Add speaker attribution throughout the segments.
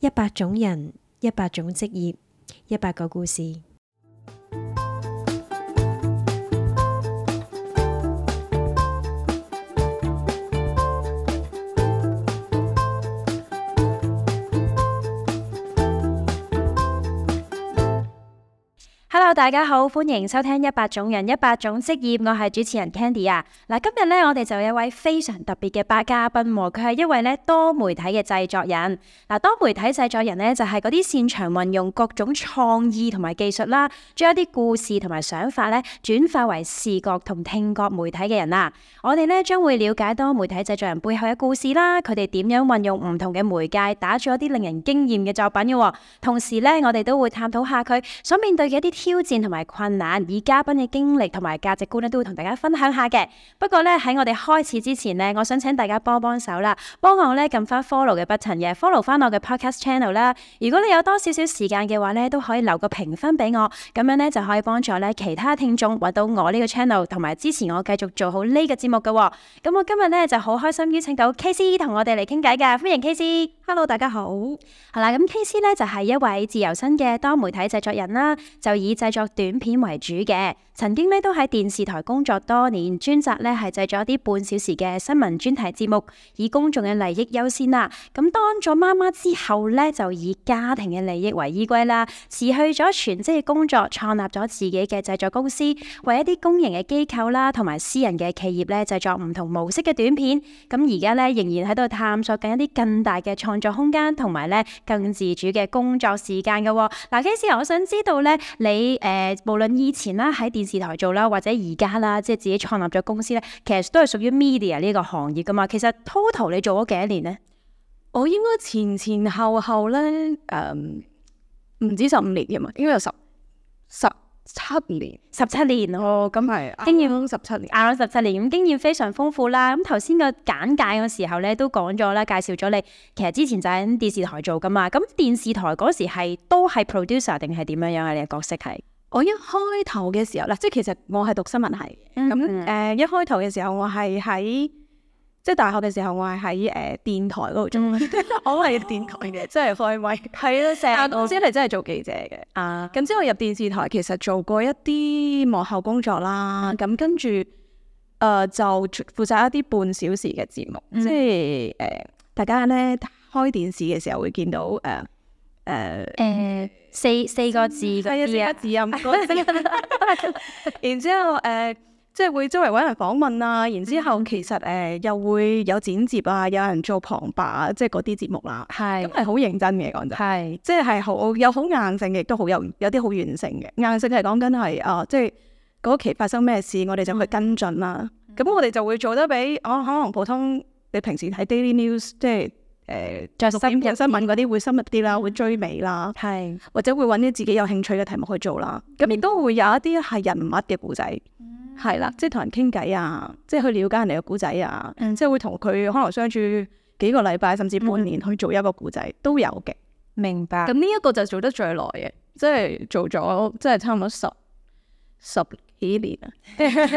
Speaker 1: 一百種人，一百種職業，一百個故事。
Speaker 2: Hello，大家好，歡迎收聽一百種人一百種職業，我係主持人 Candy 啊。嗱，今日咧我哋就有一位非常特別嘅八嘉賓喎，佢係一位咧多媒體嘅製作人。嗱，多媒體製作人咧就係嗰啲擅長運用各種創意同埋技術啦，將一啲故事同埋想法咧轉化為視覺同聽覺媒體嘅人啊。我哋咧將會了解多媒體製作人背後嘅故事啦，佢哋點樣運用唔同嘅媒介打造一啲令人驚豔嘅作品嘅喎。同時咧，我哋都會探討下佢所面對嘅一啲挑戰同埋困難，以嘉賓嘅經歷同埋價值觀咧，都會同大家分享下嘅。不過咧，喺我哋開始之前呢，我想請大家幫幫手啦，幫我咧撳翻 follow 嘅 button 嘅，follow 翻我嘅 podcast channel 啦。如果你有多少少時間嘅話咧，都可以留個評分俾我，咁樣咧就可以幫助咧其他聽眾揾到我呢個 channel，同埋支持我繼續做好呢個節目嘅喎。咁我今日咧就好開心邀請到 K C 同我哋嚟傾偈嘅，歡迎 K C。Hello，大家好。係啦，咁 K C 咧就係一位自由身嘅多媒體製作人啦，就以製作短片為主嘅。曾經咧都喺電視台工作多年，專責咧係製作一啲半小時嘅新聞專題節目，以公眾嘅利益優先啦。咁當咗媽媽之後咧，就以家庭嘅利益為依歸啦，辭去咗全職嘅工作，創立咗自己嘅製作公司，為一啲公營嘅機構啦，同埋私人嘅企業咧製作唔同模式嘅短片。咁而家咧仍然喺度探索緊一啲更大嘅創作空間，同埋咧更自主嘅工作時間嘅喎、嗱 k a 我想知道咧，你誒、呃、無論以前啦喺電視台做啦，或者而家啦，即係自己創立咗公司咧，其實都係屬於 media 呢個行業噶嘛。其實 total 你做咗幾多年咧？
Speaker 3: 我應該前前後後咧，誒、唔止十五年嘅嘛，應該有十十七年。
Speaker 2: 十七年哦，咁
Speaker 3: 係
Speaker 2: 經驗
Speaker 3: 十七年。
Speaker 2: 啱咗十七年，咁經驗非常豐富啦。咁頭先個簡介嘅時候咧，都講咗啦，介紹咗你其實之前就喺電視台做噶嘛。咁電視台嗰時係都係 producer 定係點樣樣啊？你嘅角色係
Speaker 3: 我一開頭嘅時候咧，即係其實我係讀新聞系嘅，
Speaker 2: 嗯
Speaker 3: 咁誒、
Speaker 2: 嗯
Speaker 3: 一開頭嘅時候我係喺即係大學嘅時候我係喺誒電台嗰度 做，嗯我係電台嘅，即係啊開咪。
Speaker 2: 係咯，
Speaker 3: 但
Speaker 2: 成
Speaker 3: 我知你真係做記者嘅。
Speaker 2: 啊，
Speaker 3: 咁之後入電視台，其實做過一啲幕後工作啦。
Speaker 2: 嗯
Speaker 3: 咁跟住，誒、就負責一啲半小時嘅節目，
Speaker 2: 嗯
Speaker 3: 即係誒、呃大家咧開電視嘅時候會見到誒誒，呃
Speaker 2: 誒四四個字
Speaker 3: 係
Speaker 2: 嗰啊啲
Speaker 3: 啊，
Speaker 2: 啊
Speaker 3: 四個。字啊，唔該先 然之後誒、呃即係會周圍揾人訪問啊。然之
Speaker 2: 嗯
Speaker 3: 後其實誒、呃又會有剪接啊，有人做旁白啊，即係嗰啲節目啦。咁
Speaker 2: 係
Speaker 3: 係好啊認真嘅講真。
Speaker 2: 係
Speaker 3: 即係好有好硬性嘅，亦都好有有啲好軟性嘅。硬性係講緊係啊，即係嗰期發生咩事，我哋就去跟進啦。咁、我哋就會做得比我、可能普通你平時睇 Daily News 即係誒
Speaker 2: 再
Speaker 3: 六
Speaker 2: 深入
Speaker 3: 點半嗯新聞嗰啲會深入啲啦，會追尾啦，
Speaker 2: 係
Speaker 3: 或者會揾啲自己有興趣嘅題目去做啦。咁亦都會有一啲係人物嘅故仔，係啦，即係同人傾偈啊，即係去了解人哋嘅故仔啊，
Speaker 2: 嗯
Speaker 3: 即係會同佢可能相處幾個禮拜甚至半年去做一個故仔都有嘅。
Speaker 2: 明白
Speaker 3: 咁。呢一個就做得最耐嘅，即係做咗即係差唔多十十幾年 啊，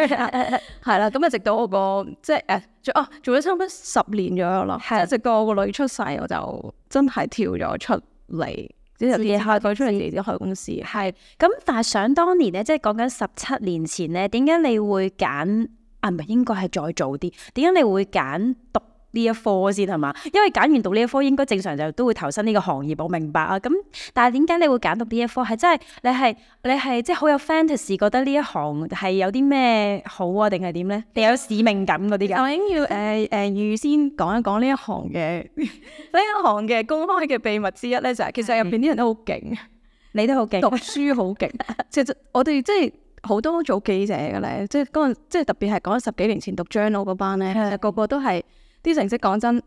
Speaker 3: 係啦。咁啊，直到我個即係誒做哦，做咗差唔多十年左右啦。即
Speaker 2: 係
Speaker 3: 係直到我個女出世，我就真係跳咗出嚟，即係
Speaker 2: 自
Speaker 3: 自
Speaker 2: 己
Speaker 3: 己
Speaker 2: 開
Speaker 3: 開佢出嚟，自己開公司。
Speaker 2: 係咁，但係想當年咧，即係講緊十七年前咧，點解你會揀啊？唔係應該係再早啲？點解你會揀讀呢一科先係嘛？因為揀完讀呢一科，應該正常就都會投身呢個行業，我明白啊。咁但係點解你會揀讀呢一科？係真係你係你係即係好有 fantasy，覺得呢一行係有啲咩好啊？定係點咧？定有使命感嗰啲㗎？
Speaker 3: 我已經要誒誒預先講一講呢一行嘅 呢一行嘅公開嘅秘密之一咧，就係其實入邊啲人都好勁。
Speaker 2: 你都好勁，
Speaker 3: 讀書好 勁。其實我哋即係好多做記者嘅咧，即係嗰陣即係特別係講十幾年前讀 journal 嗰班咧，其
Speaker 2: 係
Speaker 3: 實個個都係啲成績講真。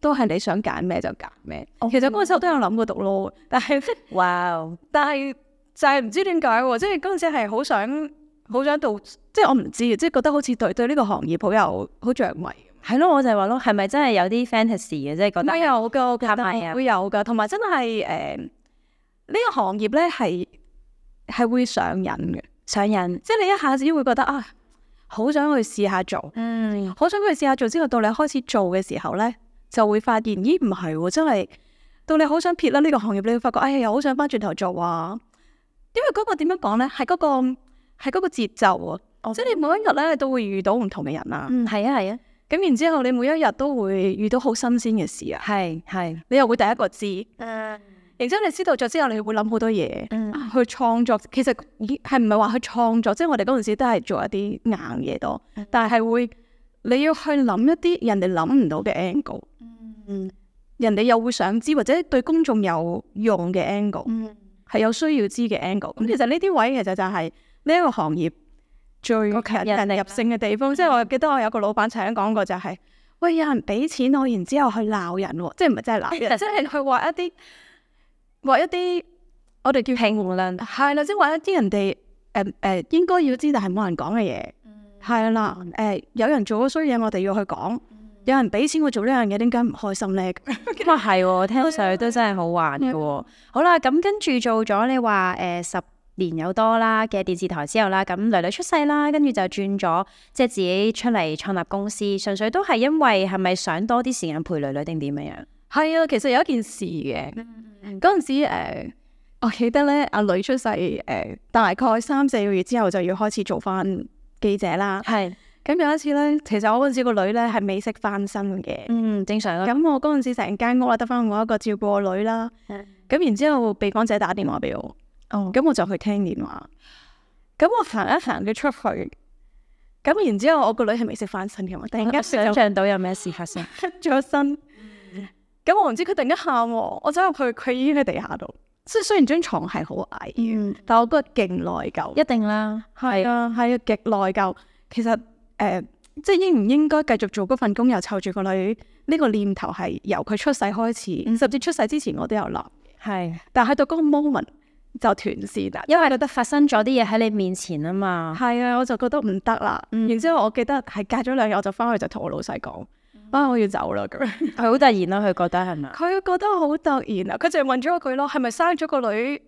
Speaker 3: 都係你想揀咩就揀咩。
Speaker 2: 哦嗯
Speaker 3: 其實嗰陣時我都有諗過讀 law，但係
Speaker 2: 哇！
Speaker 3: 但係就係唔知點解喎，即係嗰陣時係好想好想讀，即係我唔知，即係覺得好似對對呢個行業好有好着迷。
Speaker 2: 係咯，我就係話咯，係咪真係有啲 fantasy 嘅？即係覺
Speaker 3: 會
Speaker 2: 得
Speaker 3: 有噶，我覺
Speaker 2: 係咪啊
Speaker 3: 得會有噶，同埋真係誒呢個行業咧係係會上癮嘅。
Speaker 2: 上癮，
Speaker 3: 即係你一下子會覺得啊，好想去試下做，
Speaker 2: 嗯。
Speaker 3: 好想去試下做之後，到你開始做嘅時候咧，就會發現咦唔係喎，真係到你好想撇甩呢個行業，你會發覺，哎呀，又好想翻轉頭做啊！因為嗰個點樣講咧，係嗰、個係嗰個節奏啊，
Speaker 2: 哦
Speaker 3: 即係你每一日咧都會遇到唔同嘅人啊，
Speaker 2: 嗯，係啊，係啊，
Speaker 3: 咁、然之後你每一日都會遇到好新鮮嘅事啊，
Speaker 2: 係係，
Speaker 3: 你又會第一個知，
Speaker 2: 嗯
Speaker 3: 然之後你知道咗之後，你會諗好多嘢。
Speaker 2: 嗯
Speaker 3: 啊去創作，其實咦係唔係話去創作？即係我哋嗰陣時都係做一啲硬嘢多，
Speaker 2: 嗯
Speaker 3: 但係會你要去諗一啲人哋諗唔到嘅 angle，
Speaker 2: 嗯
Speaker 3: 人哋又會想知或者對公眾有用嘅 angle，
Speaker 2: 嗯，
Speaker 3: 係有需要知嘅 angle。咁其實呢啲位其實就係呢一個行業最
Speaker 2: 吸
Speaker 3: 引
Speaker 2: 引
Speaker 3: 人
Speaker 2: 力嗯
Speaker 3: 入勝嘅地方。即係我記得我有個老闆曾經講過就係、喂，有人俾錢我，然之後去鬧人喎，即係唔係真係鬧人，即係去畫一啲畫一啲我哋叫
Speaker 2: 評論，
Speaker 3: 係啦，即係話一啲人哋誒誒應該要知，但係冇人講嘅嘢，係啦誒有人做咗衰嘢，我哋要去講。有人俾錢我做呢樣嘢，點解唔開心咧？
Speaker 2: 咁啊嗯係喎，聽上去都真係好玩嘅喎。好啦，咁跟住做咗你話誒十年有多啦嘅電視台之後啦，咁女女出世啦，跟住就轉咗即係自己出嚟創立公司，純粹都係因為係咪想多啲時間陪女女定點樣樣？
Speaker 3: 係啊，其實有一件事嘅，嗰陣時誒我記得咧，阿女出世誒大概三四個月之後就要開始做翻記者啦。
Speaker 2: 係，
Speaker 3: 咁有一次咧，其實我嗰陣時個女咧係未識翻身嘅。
Speaker 2: 嗯，正常咯。
Speaker 3: 咁我嗰陣時成間屋啊啦，得翻我一個照顧個女啦。
Speaker 2: 嗯
Speaker 3: 咁然之後，被訪者打電話俾我，
Speaker 2: 哦
Speaker 3: 咁我就去聽電話。咁我行一行咗出去，咁然之後我個女係未識翻身嘅嘛，突然間
Speaker 2: 我
Speaker 3: 佢
Speaker 2: 想
Speaker 3: 就
Speaker 2: 象到有咩事發生，
Speaker 3: 咗身。咁我唔知佢突然間喊喎，我走入去，佢已經喺地下度。即係雖然張床係好矮，
Speaker 2: 嗯，
Speaker 3: 但我覺得勁內疚。
Speaker 2: 一定啦，
Speaker 3: 係啊，係啊，極內疚。其實誒、呃即係應唔應該繼續做嗰份工，又湊住個女呢、個念頭係由佢出世開始，甚至出世之前我都有諗，
Speaker 2: 係，
Speaker 3: 但係到嗰個 moment 就斷線啦。
Speaker 2: 因為覺得發生咗啲嘢喺你面前啊嘛，
Speaker 3: 係啊，我就覺得唔得啦。然之後我記得係隔咗兩日，我就翻去就同我老細講。啊！我要走啦咁樣，
Speaker 2: 佢好突然咯，佢覺得係咪？啊
Speaker 3: 佢覺得好突然啊！佢就問咗我句咯，係咪生咗個女，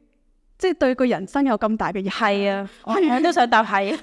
Speaker 3: 即係對佢人生有咁大嘅影響
Speaker 2: 係啊，我我都想答係。啊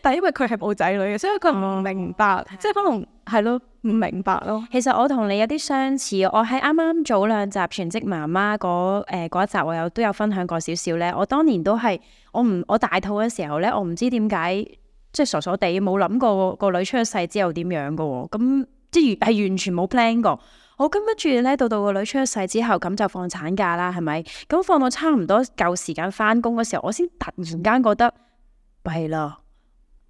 Speaker 3: 但係因為佢係冇仔女嘅，所以佢唔明白，即係可能係咯，唔明白咯。
Speaker 2: 其實我同你有啲相似，我喺啱啱早兩集全職媽媽嗰誒嗰一集，我有都有分享過少少咧。我當年都係我唔我大肚嘅時候咧，我唔知點解即係傻傻地冇諗過個女出咗世之後點樣嘅喎，咁即係係完全冇 plan 過。好，咁跟住咧，到到個女出咗世之後，咁就放產假啦，係咪？咁放到差唔多夠時間翻工嘅時候，我先突然間覺得弊啦，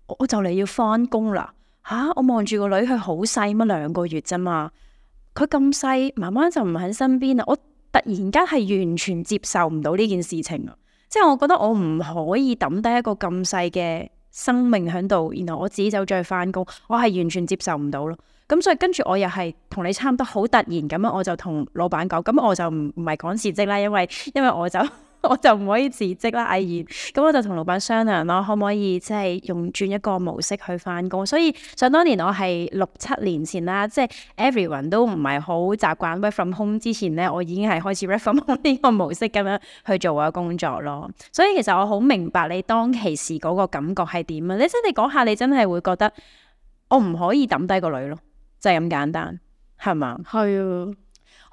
Speaker 2: 我我就嚟要翻工啦。吓、我望住個女，佢好細乜兩個月咋嘛？佢咁細，媽媽就唔喺身邊啦。我突然間係完全接受唔到呢件事情啊！即係我覺得我唔可以抌低一個咁細嘅生命喺度，然後我自己走咗去翻工，我係完全接受唔到咯。咁所以跟住我又係同你差唔多，好突然咁樣，我就同老闆講，咁我就唔唔係講辭職啦，因為因為我就 我就唔可以辭職啦，毅然。咁我就同老闆商量咯，可唔可以即係用轉一個模式去翻工？所以想當年我係六七年前啦，即係 everyone 都唔係好習慣 work from home 之前咧，我已經係開始 work from home 呢個模式咁樣去做我嘅工作咯。所以其實我好明白你當其時嗰個感覺係點啊！你即係你講下，你真係會覺得我唔可以抌低個女咯，就係咁簡單，係嘛？
Speaker 3: 係啊，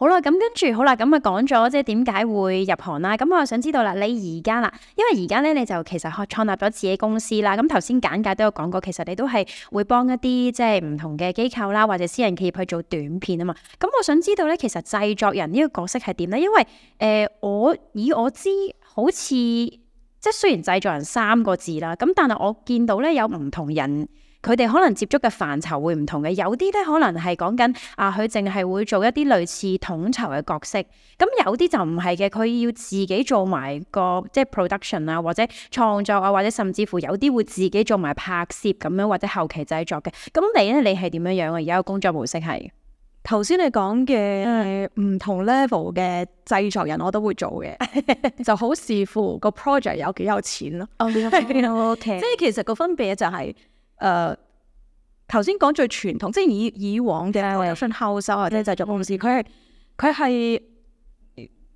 Speaker 2: 好啦，咁跟住好啦，咁啊講咗即係點解會入行啦，咁我又啊想知道啦，你而家啦，因為而家咧你就其實創立咗自己公司啦，咁頭先簡介都有講過，其實你都係會幫一啲即係唔同嘅機構啦，或者私人企業去做短片啊嘛，咁我想知道咧，其實製作人呢個角色係點咧？因為誒、呃我以我知好似即係雖然製作人三個字啦，咁但係我見到咧有唔同人。佢哋可能接觸嘅範疇會唔同嘅，有啲咧可能係講緊啊，佢淨係會做一啲類似統籌嘅角色，咁有啲就唔係嘅，佢要自己做埋個即係 production 啊，或者創作啊，或者甚至乎有啲會自己做埋拍攝咁樣，或者後期製作嘅。咁你咧，你係點樣樣啊？而家個工作模式係
Speaker 3: 頭先你講嘅唔同 level 嘅製作人，我都會做嘅， 就好視乎個 project 有幾有錢咯。
Speaker 2: 哦
Speaker 3: 即
Speaker 2: ，OK，
Speaker 3: 係其實個分別就係、誒、頭先講最傳統，即係以以往嘅 production house 啊或者製作公司，佢係佢係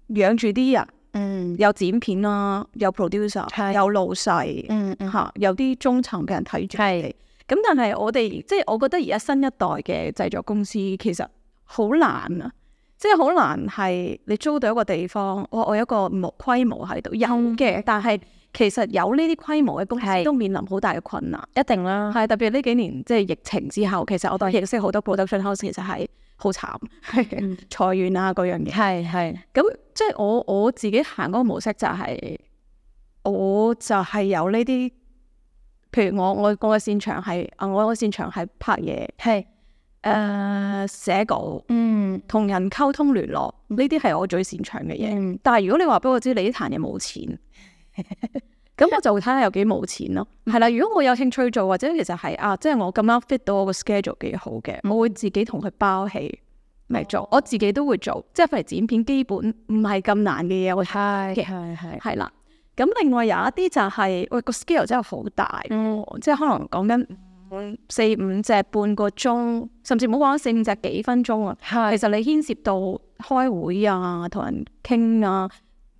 Speaker 3: 養住啲人，
Speaker 2: 嗯
Speaker 3: 有剪片啦，有 producer，
Speaker 2: 係
Speaker 3: 有老細，
Speaker 2: 嗯嗯，
Speaker 3: 吓、有啲中層嘅人睇住
Speaker 2: 係
Speaker 3: 佢哋。咁但係我哋即係我覺得而家新一代嘅製作公司其實好難啊，即係好難係你租到一個地方，我我有一個模規模喺度有
Speaker 2: 嗯
Speaker 3: 嘅，但係其實有呢啲規模嘅公司
Speaker 2: 係
Speaker 3: 都面臨好大嘅困難。
Speaker 2: 一定啦，嗯
Speaker 3: 係特別呢幾年即係疫情之後，其實我都認識好多 production house 其實係好慘，係裁員啊嗰樣嘢。
Speaker 2: 嗯係係
Speaker 3: 咁即係我我自己行嗰個模式就係、我就係有呢啲，譬如我我我嘅擅長係啊，我嘅擅長係拍嘢，誒、
Speaker 2: 係，
Speaker 3: 寫稿。
Speaker 2: 嗯
Speaker 3: 同人溝通聯絡，呢啲係我最擅長嘅嘢。
Speaker 2: 嗯
Speaker 3: 但係如果你話俾我知你呢壇嘢冇錢，咁我就會睇下有幾冇錢咯。
Speaker 2: 嗯
Speaker 3: 係啦，如果我有興趣做，或者其實係啊，即係我咁啱 fit 到我個 schedule 幾好嘅，
Speaker 2: 嗯
Speaker 3: 我會自己同佢包起嚟
Speaker 2: 哦
Speaker 3: 做，我自己都會做。即係譬如剪片基本唔係咁難嘅嘢，我
Speaker 2: 係
Speaker 3: 嘅
Speaker 2: 係係，
Speaker 3: 係啦。咁另外有一啲就係、喂個 scale 真係好大喎，
Speaker 2: 嗯
Speaker 3: 即係可能講緊嗯四五隻半個鐘，甚至唔好講四五隻幾分鐘啊。
Speaker 2: 係
Speaker 3: 其實你牽涉到開會啊，同人傾啊，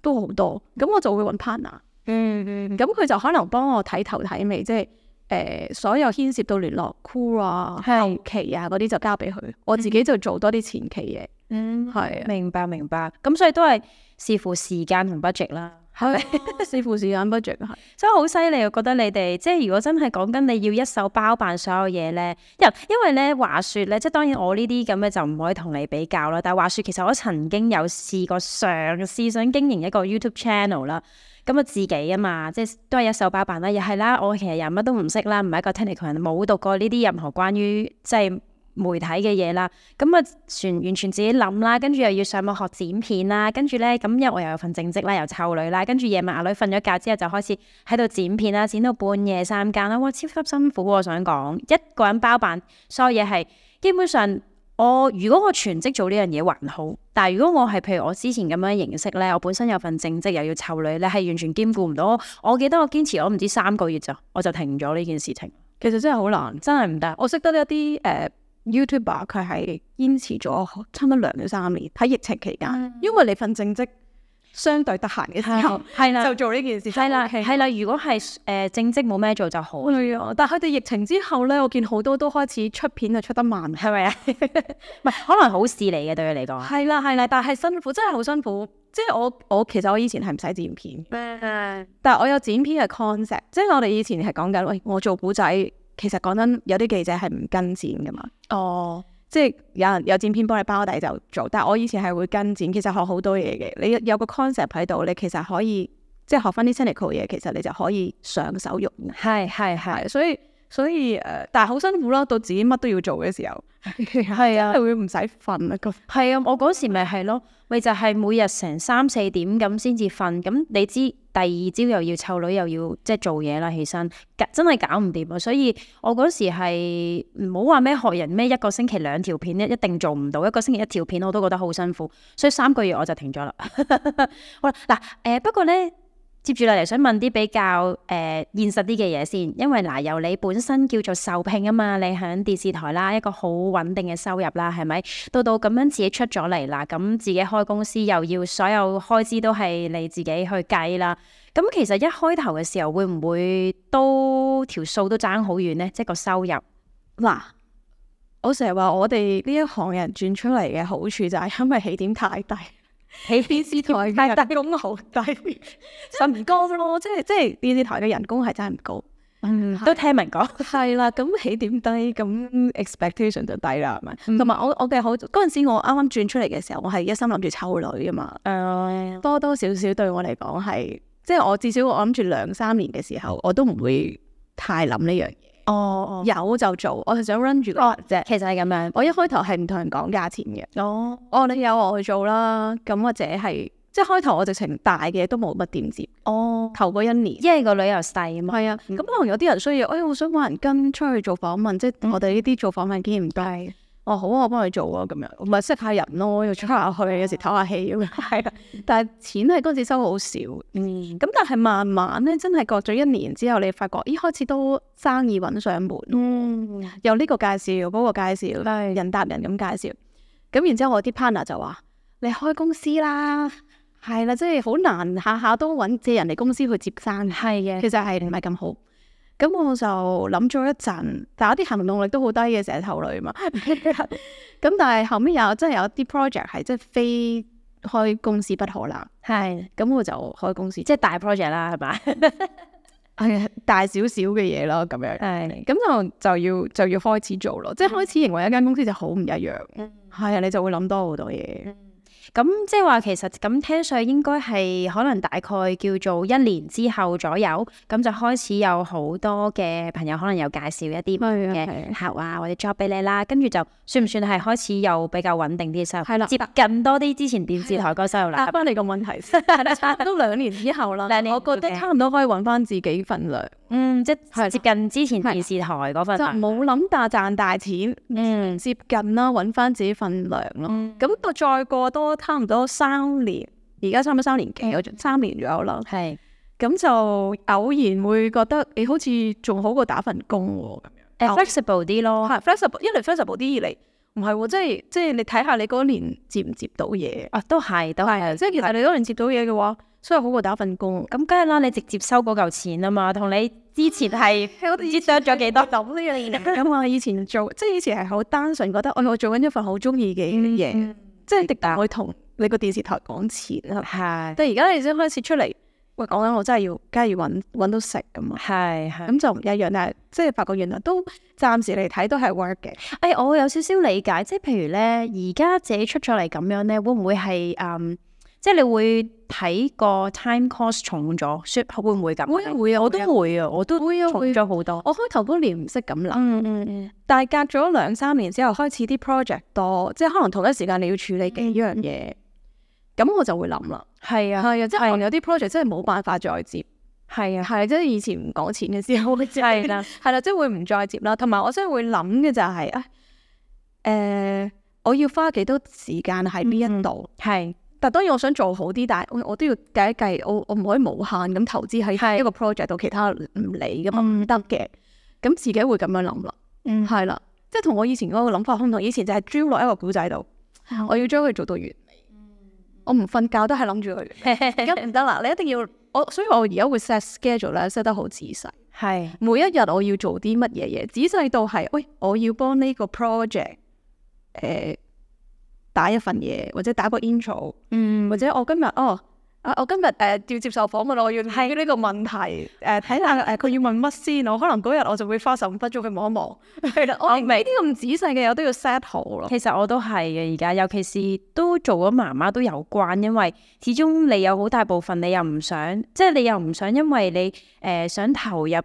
Speaker 3: 都好多。咁我就會揾 partner，
Speaker 2: 嗯嗯
Speaker 3: 咁佢就可能幫我睇頭睇尾，即係誒、呃所有牽涉到聯絡 crew 啊、
Speaker 2: 係
Speaker 3: 後期啊嗰啲就交俾佢，我自己就做多啲前期嘢。
Speaker 2: 嗯，
Speaker 3: 係啊
Speaker 2: 明白明白，咁所以都係視乎時間同 budget 啦。
Speaker 3: 係 視乎時間 budget 係。
Speaker 2: 真係好犀利，我覺得你哋即係如果真係講緊你要一手包辦所有嘢咧，因因為咧話說咧，即係當然我呢啲咁嘅就唔可以同你比較啦。但係話說其實我曾經有試過嘗試想經營一個 YouTube channel 啦，咁啊自己啊嘛，即係都係一手包辦啦，又係啦，我其實又乜都唔識啦，唔係一個 technical 人，冇讀過呢啲任何關於即係。媒體嘅嘢啦，咁啊全完全自己諗啦，跟住又要上網學剪片啦，跟住咧咁因為我又有份正職啦，又湊女啦，跟住夜晚阿女瞓咗覺之後就開始喺度剪片啊啦，剪到半夜三更啦，哇超級辛苦喎我想講，一個人包辦所有嘢係基本上我如果我全職做呢樣嘢還好，但係如果我係譬如我之前咁樣形式咧，我本身有份正職又要湊女咧，係完全兼顧唔到。我記得我堅持我唔知三個月咋，我就停咗呢件事情，
Speaker 3: 其實真係好難。
Speaker 2: 真係唔 得。
Speaker 3: 我識得一啲誒、呃 YouTuber，佢係堅持咗差唔多兩到三年喺疫情期間，因為你份正職相對得閒嘅時候，
Speaker 2: 係啦，
Speaker 3: 就做呢件事 就
Speaker 2: 係啦，
Speaker 3: OK
Speaker 2: 係啦。如果係誒、呃正職冇咩做就好，
Speaker 3: 係啊，但係佢哋疫情之後咧，我見好多都開始出片就出得慢。
Speaker 2: 係咪啊？ 唔係，可能好事嚟嘅對佢嚟講。
Speaker 3: 係啦係啦，但係辛苦，真係好辛苦。即係我我其實我以前係唔使剪片，但係我有剪片嘅 concept。即係我哋以前係講緊，喂，我做古仔，其實講真，有啲記者係唔跟剪噶嘛。
Speaker 2: 哦，
Speaker 3: 即係有人有剪片幫你包底就做，但係我以前係會跟剪，其實學好多嘢嘅。你有個 concept 喺度，你其實可以即係學翻啲 technical 嘢，其實你就可以上手用。
Speaker 2: 係係係
Speaker 3: 係，所以所以誒、呃但係好辛苦咯，到自己乜都要做嘅時候，
Speaker 2: 係啊
Speaker 3: 真係會唔使瞓啊個。
Speaker 2: 係啊！我嗰時咪係咯，咪就係每日成三四點咁先至瞓。咁你知第二朝又要湊女，又要即係做嘢啦，起身搞真係搞唔掂啊！所以我嗰時係唔好話咩學人咩一個星期兩條片一一定做唔到，一個星期一條片我都覺得好辛苦，所以三個月我就停咗啦。 好啦，嗱誒、呃不過咧。接住落嚟想問啲比較誒、呃、現實啲嘅嘢先，因為嗱、由你本身叫做受聘啊嘛，你喺電視台啦，一個好穩定嘅收入啦，係咪？到到咁樣自己出咗嚟啦，咁自己開公司又要所有開支都係你自己去計啦。咁其實一開頭嘅時候會唔會都條數都爭好遠呢？即係個收入
Speaker 3: 嗱，我成日話我哋呢一行人轉出嚟嘅好處就係因為起點太低。
Speaker 2: 起電視 台
Speaker 3: 但係人工好 低，就唔高咯，即係即係電視台嘅人工係真係唔高。
Speaker 2: 嗯都聽聞講，
Speaker 3: 係啦，咁起點低，咁 expectation 就低啦，係咪？同埋、我我嘅好嗰陣時，我啱啱轉出嚟嘅時候，我係一心諗住湊女啊嘛，
Speaker 2: 誒
Speaker 3: 多多少少對我嚟講係，即係我至少我諗住兩三年嘅時候，我都唔會太諗呢樣嘢，
Speaker 2: 哦哦，
Speaker 3: 有就做，我係想 run 住個人啫。
Speaker 2: 其實係咁樣，
Speaker 3: 我一開頭係唔同人講價錢嘅，
Speaker 2: 哦
Speaker 3: 哦，你有我去做啦，咁或者係即係開頭我直情大嘅都冇乜點接，
Speaker 2: 哦，
Speaker 3: 頭嗰一年。
Speaker 2: 因為個女又細啊嘛，
Speaker 3: 係啊，咁可能有啲人需要，哎，我想揾人跟出去做訪問，即係我哋呢啲做訪問經驗唔多。哦，好啊，我幫你做啊，咁樣，咪識下人咯，又出下去，有時唞下氣咁樣。係啊，但係錢係嗰陣時收好少，咁
Speaker 2: 嗯
Speaker 3: 但係慢慢咧，真係過咗一年之後，你發覺，咦，開始都生意揾上門，
Speaker 2: 嗯，
Speaker 3: 有呢個介紹，嗰、個介紹，
Speaker 2: 係
Speaker 3: 人搭人咁介紹。咁然之後，我啲 partner 就話：你開公司啦，係啦，即係好難下下都揾借人哋公司去接生。
Speaker 2: 係嘅，
Speaker 3: 其實係唔係咁好。咁我就諗咗一陣，但係我啲行動力都好低嘅，成日頭累嘛。 咁但係後面有真係有啲 project 係真係非開公司不可啦。
Speaker 2: 係
Speaker 3: 咁我就開公司，即
Speaker 2: 即係大 project 啦，係嘛？
Speaker 3: 係 大少少嘅嘢咯，咁樣。
Speaker 2: 係嗯
Speaker 3: 咁就就要就要開始做咯，即係開始認為一間公司就好唔一樣。係啊，你就會諗多好多嘢。
Speaker 2: 嗯咁即係話其實咁聽上應該係可能大概叫做一年之後左右，咁就開始有好多嘅朋友可能有介紹一啲
Speaker 3: 係啊係
Speaker 2: 嘅客啊或者 job 俾你啦，跟住就算唔算係開始有比較穩定啲收入？
Speaker 3: 係啦
Speaker 2: 接近多啲之前電視台嗰收入啦
Speaker 3: 答。啊翻你個問題先，差唔 多兩年之後啦，
Speaker 2: 兩年
Speaker 3: 我覺得
Speaker 2: OK
Speaker 3: 差唔多可以揾翻自己份量，
Speaker 2: 嗯，即
Speaker 3: 係
Speaker 2: 係
Speaker 3: 啦
Speaker 2: 接近之前電視台嗰份
Speaker 3: 就
Speaker 2: 啊。
Speaker 3: 冇諗大賺大錢，
Speaker 2: 嗯
Speaker 3: 接近啦，揾翻自己份量咯。
Speaker 2: 嗯，
Speaker 3: 咁到再過多差唔多三年，而家差唔多三年幾，
Speaker 2: 嗯
Speaker 3: 我仲三年左右啦。
Speaker 2: 係
Speaker 3: 咁就偶然會覺得你好似仲好過打份工喎咁
Speaker 2: 誒
Speaker 3: 樣。哦
Speaker 2: flexible 啲咯。
Speaker 3: 係 flexible，一嚟 flexible 啲，二嚟唔係喎，即係即係你睇下你嗰年接唔接到嘢。
Speaker 2: 啊，都係都係，
Speaker 3: 即係其實你嗰年接到嘢嘅話，所以好過打份 工。
Speaker 2: 咁梗係啦，你直接收嗰嚿錢啊嘛，同你之前係唔知得咗幾多咁呢個
Speaker 3: 咁啊，以前做即係以前係好單純，覺得哎我做緊一份好中意嘅
Speaker 2: 嗯
Speaker 3: 嘢，
Speaker 2: 嘢，
Speaker 3: 即係直達去同你個電視台講錢啊。
Speaker 2: 係
Speaker 3: 但係而家你先開始出嚟，喂講緊我真係要，梗係要揾揾到食噶嘛。
Speaker 2: 係係。
Speaker 3: 咁就唔一樣啦，即係發覺原來都暫時嚟睇都係 work 嘅。
Speaker 2: 誒、哎我有少少理解，即係譬如咧，而家自己出咗嚟咁樣咧，會唔會係嗯，即係你會睇個 time cost 重咗，說會唔會咁？
Speaker 3: 會啊會啊
Speaker 2: 我都會啊，我都
Speaker 3: 會啊
Speaker 2: 重
Speaker 3: 會啊
Speaker 2: 咗好多。
Speaker 3: 我開頭嗰年唔識咁諗，
Speaker 2: 嗯嗯嗯，
Speaker 3: 但係隔咗兩三年之後，開始啲 project 多，即係可能同一時間你要處理幾樣嘢，咁、我就會諗啦。
Speaker 2: 嗯係啊
Speaker 3: 係啊，即係可能有啲 project 真係冇辦法再接，
Speaker 2: 係啊，
Speaker 3: 係即係以前唔講錢嘅時候會接，
Speaker 2: 係啦，
Speaker 3: 係啦，即係會唔再接啦。同埋我真係會諗嘅就係、啊，誒、我要花幾多時間喺邊一度？
Speaker 2: 嗯係
Speaker 3: 但當然我想做好啲，但係我我都要計一計，我我唔可以無限咁投資喺
Speaker 2: 係
Speaker 3: 一個 project 度，其他唔理噶嘛，唔得嘅。咁自己會咁樣諗啦，
Speaker 2: 嗯
Speaker 3: 係啦，即係同我以前嗰個諗法唔同。以前就係 drill 落一個古仔度，我要將佢做到完美，我唔瞓覺都係諗住佢完美。而家唔得啦，你一定要我，所以我而家會 set schedule 咧，set 得好仔細。
Speaker 2: 係
Speaker 3: 每一日我要做啲乜嘢嘢，仔細到係，喂，我要幫呢個 project 誒、打一份嘢，或者打個 intro。
Speaker 2: 嗯
Speaker 3: 或者我今日哦，啊我今日誒、呃要接受訪問啦，我要睇呢個問題誒睇下誒佢要問乜先，我可能嗰日我就會花十五分鐘去望一望， 係啦，我明呢啲咁仔細嘅嘢我都要 set 好咯，
Speaker 2: 其實我都係嘅，而家尤其是都做咗媽媽都有關，因為始終你有好大部分你又唔想，即係你又唔想因為你誒、呃想投入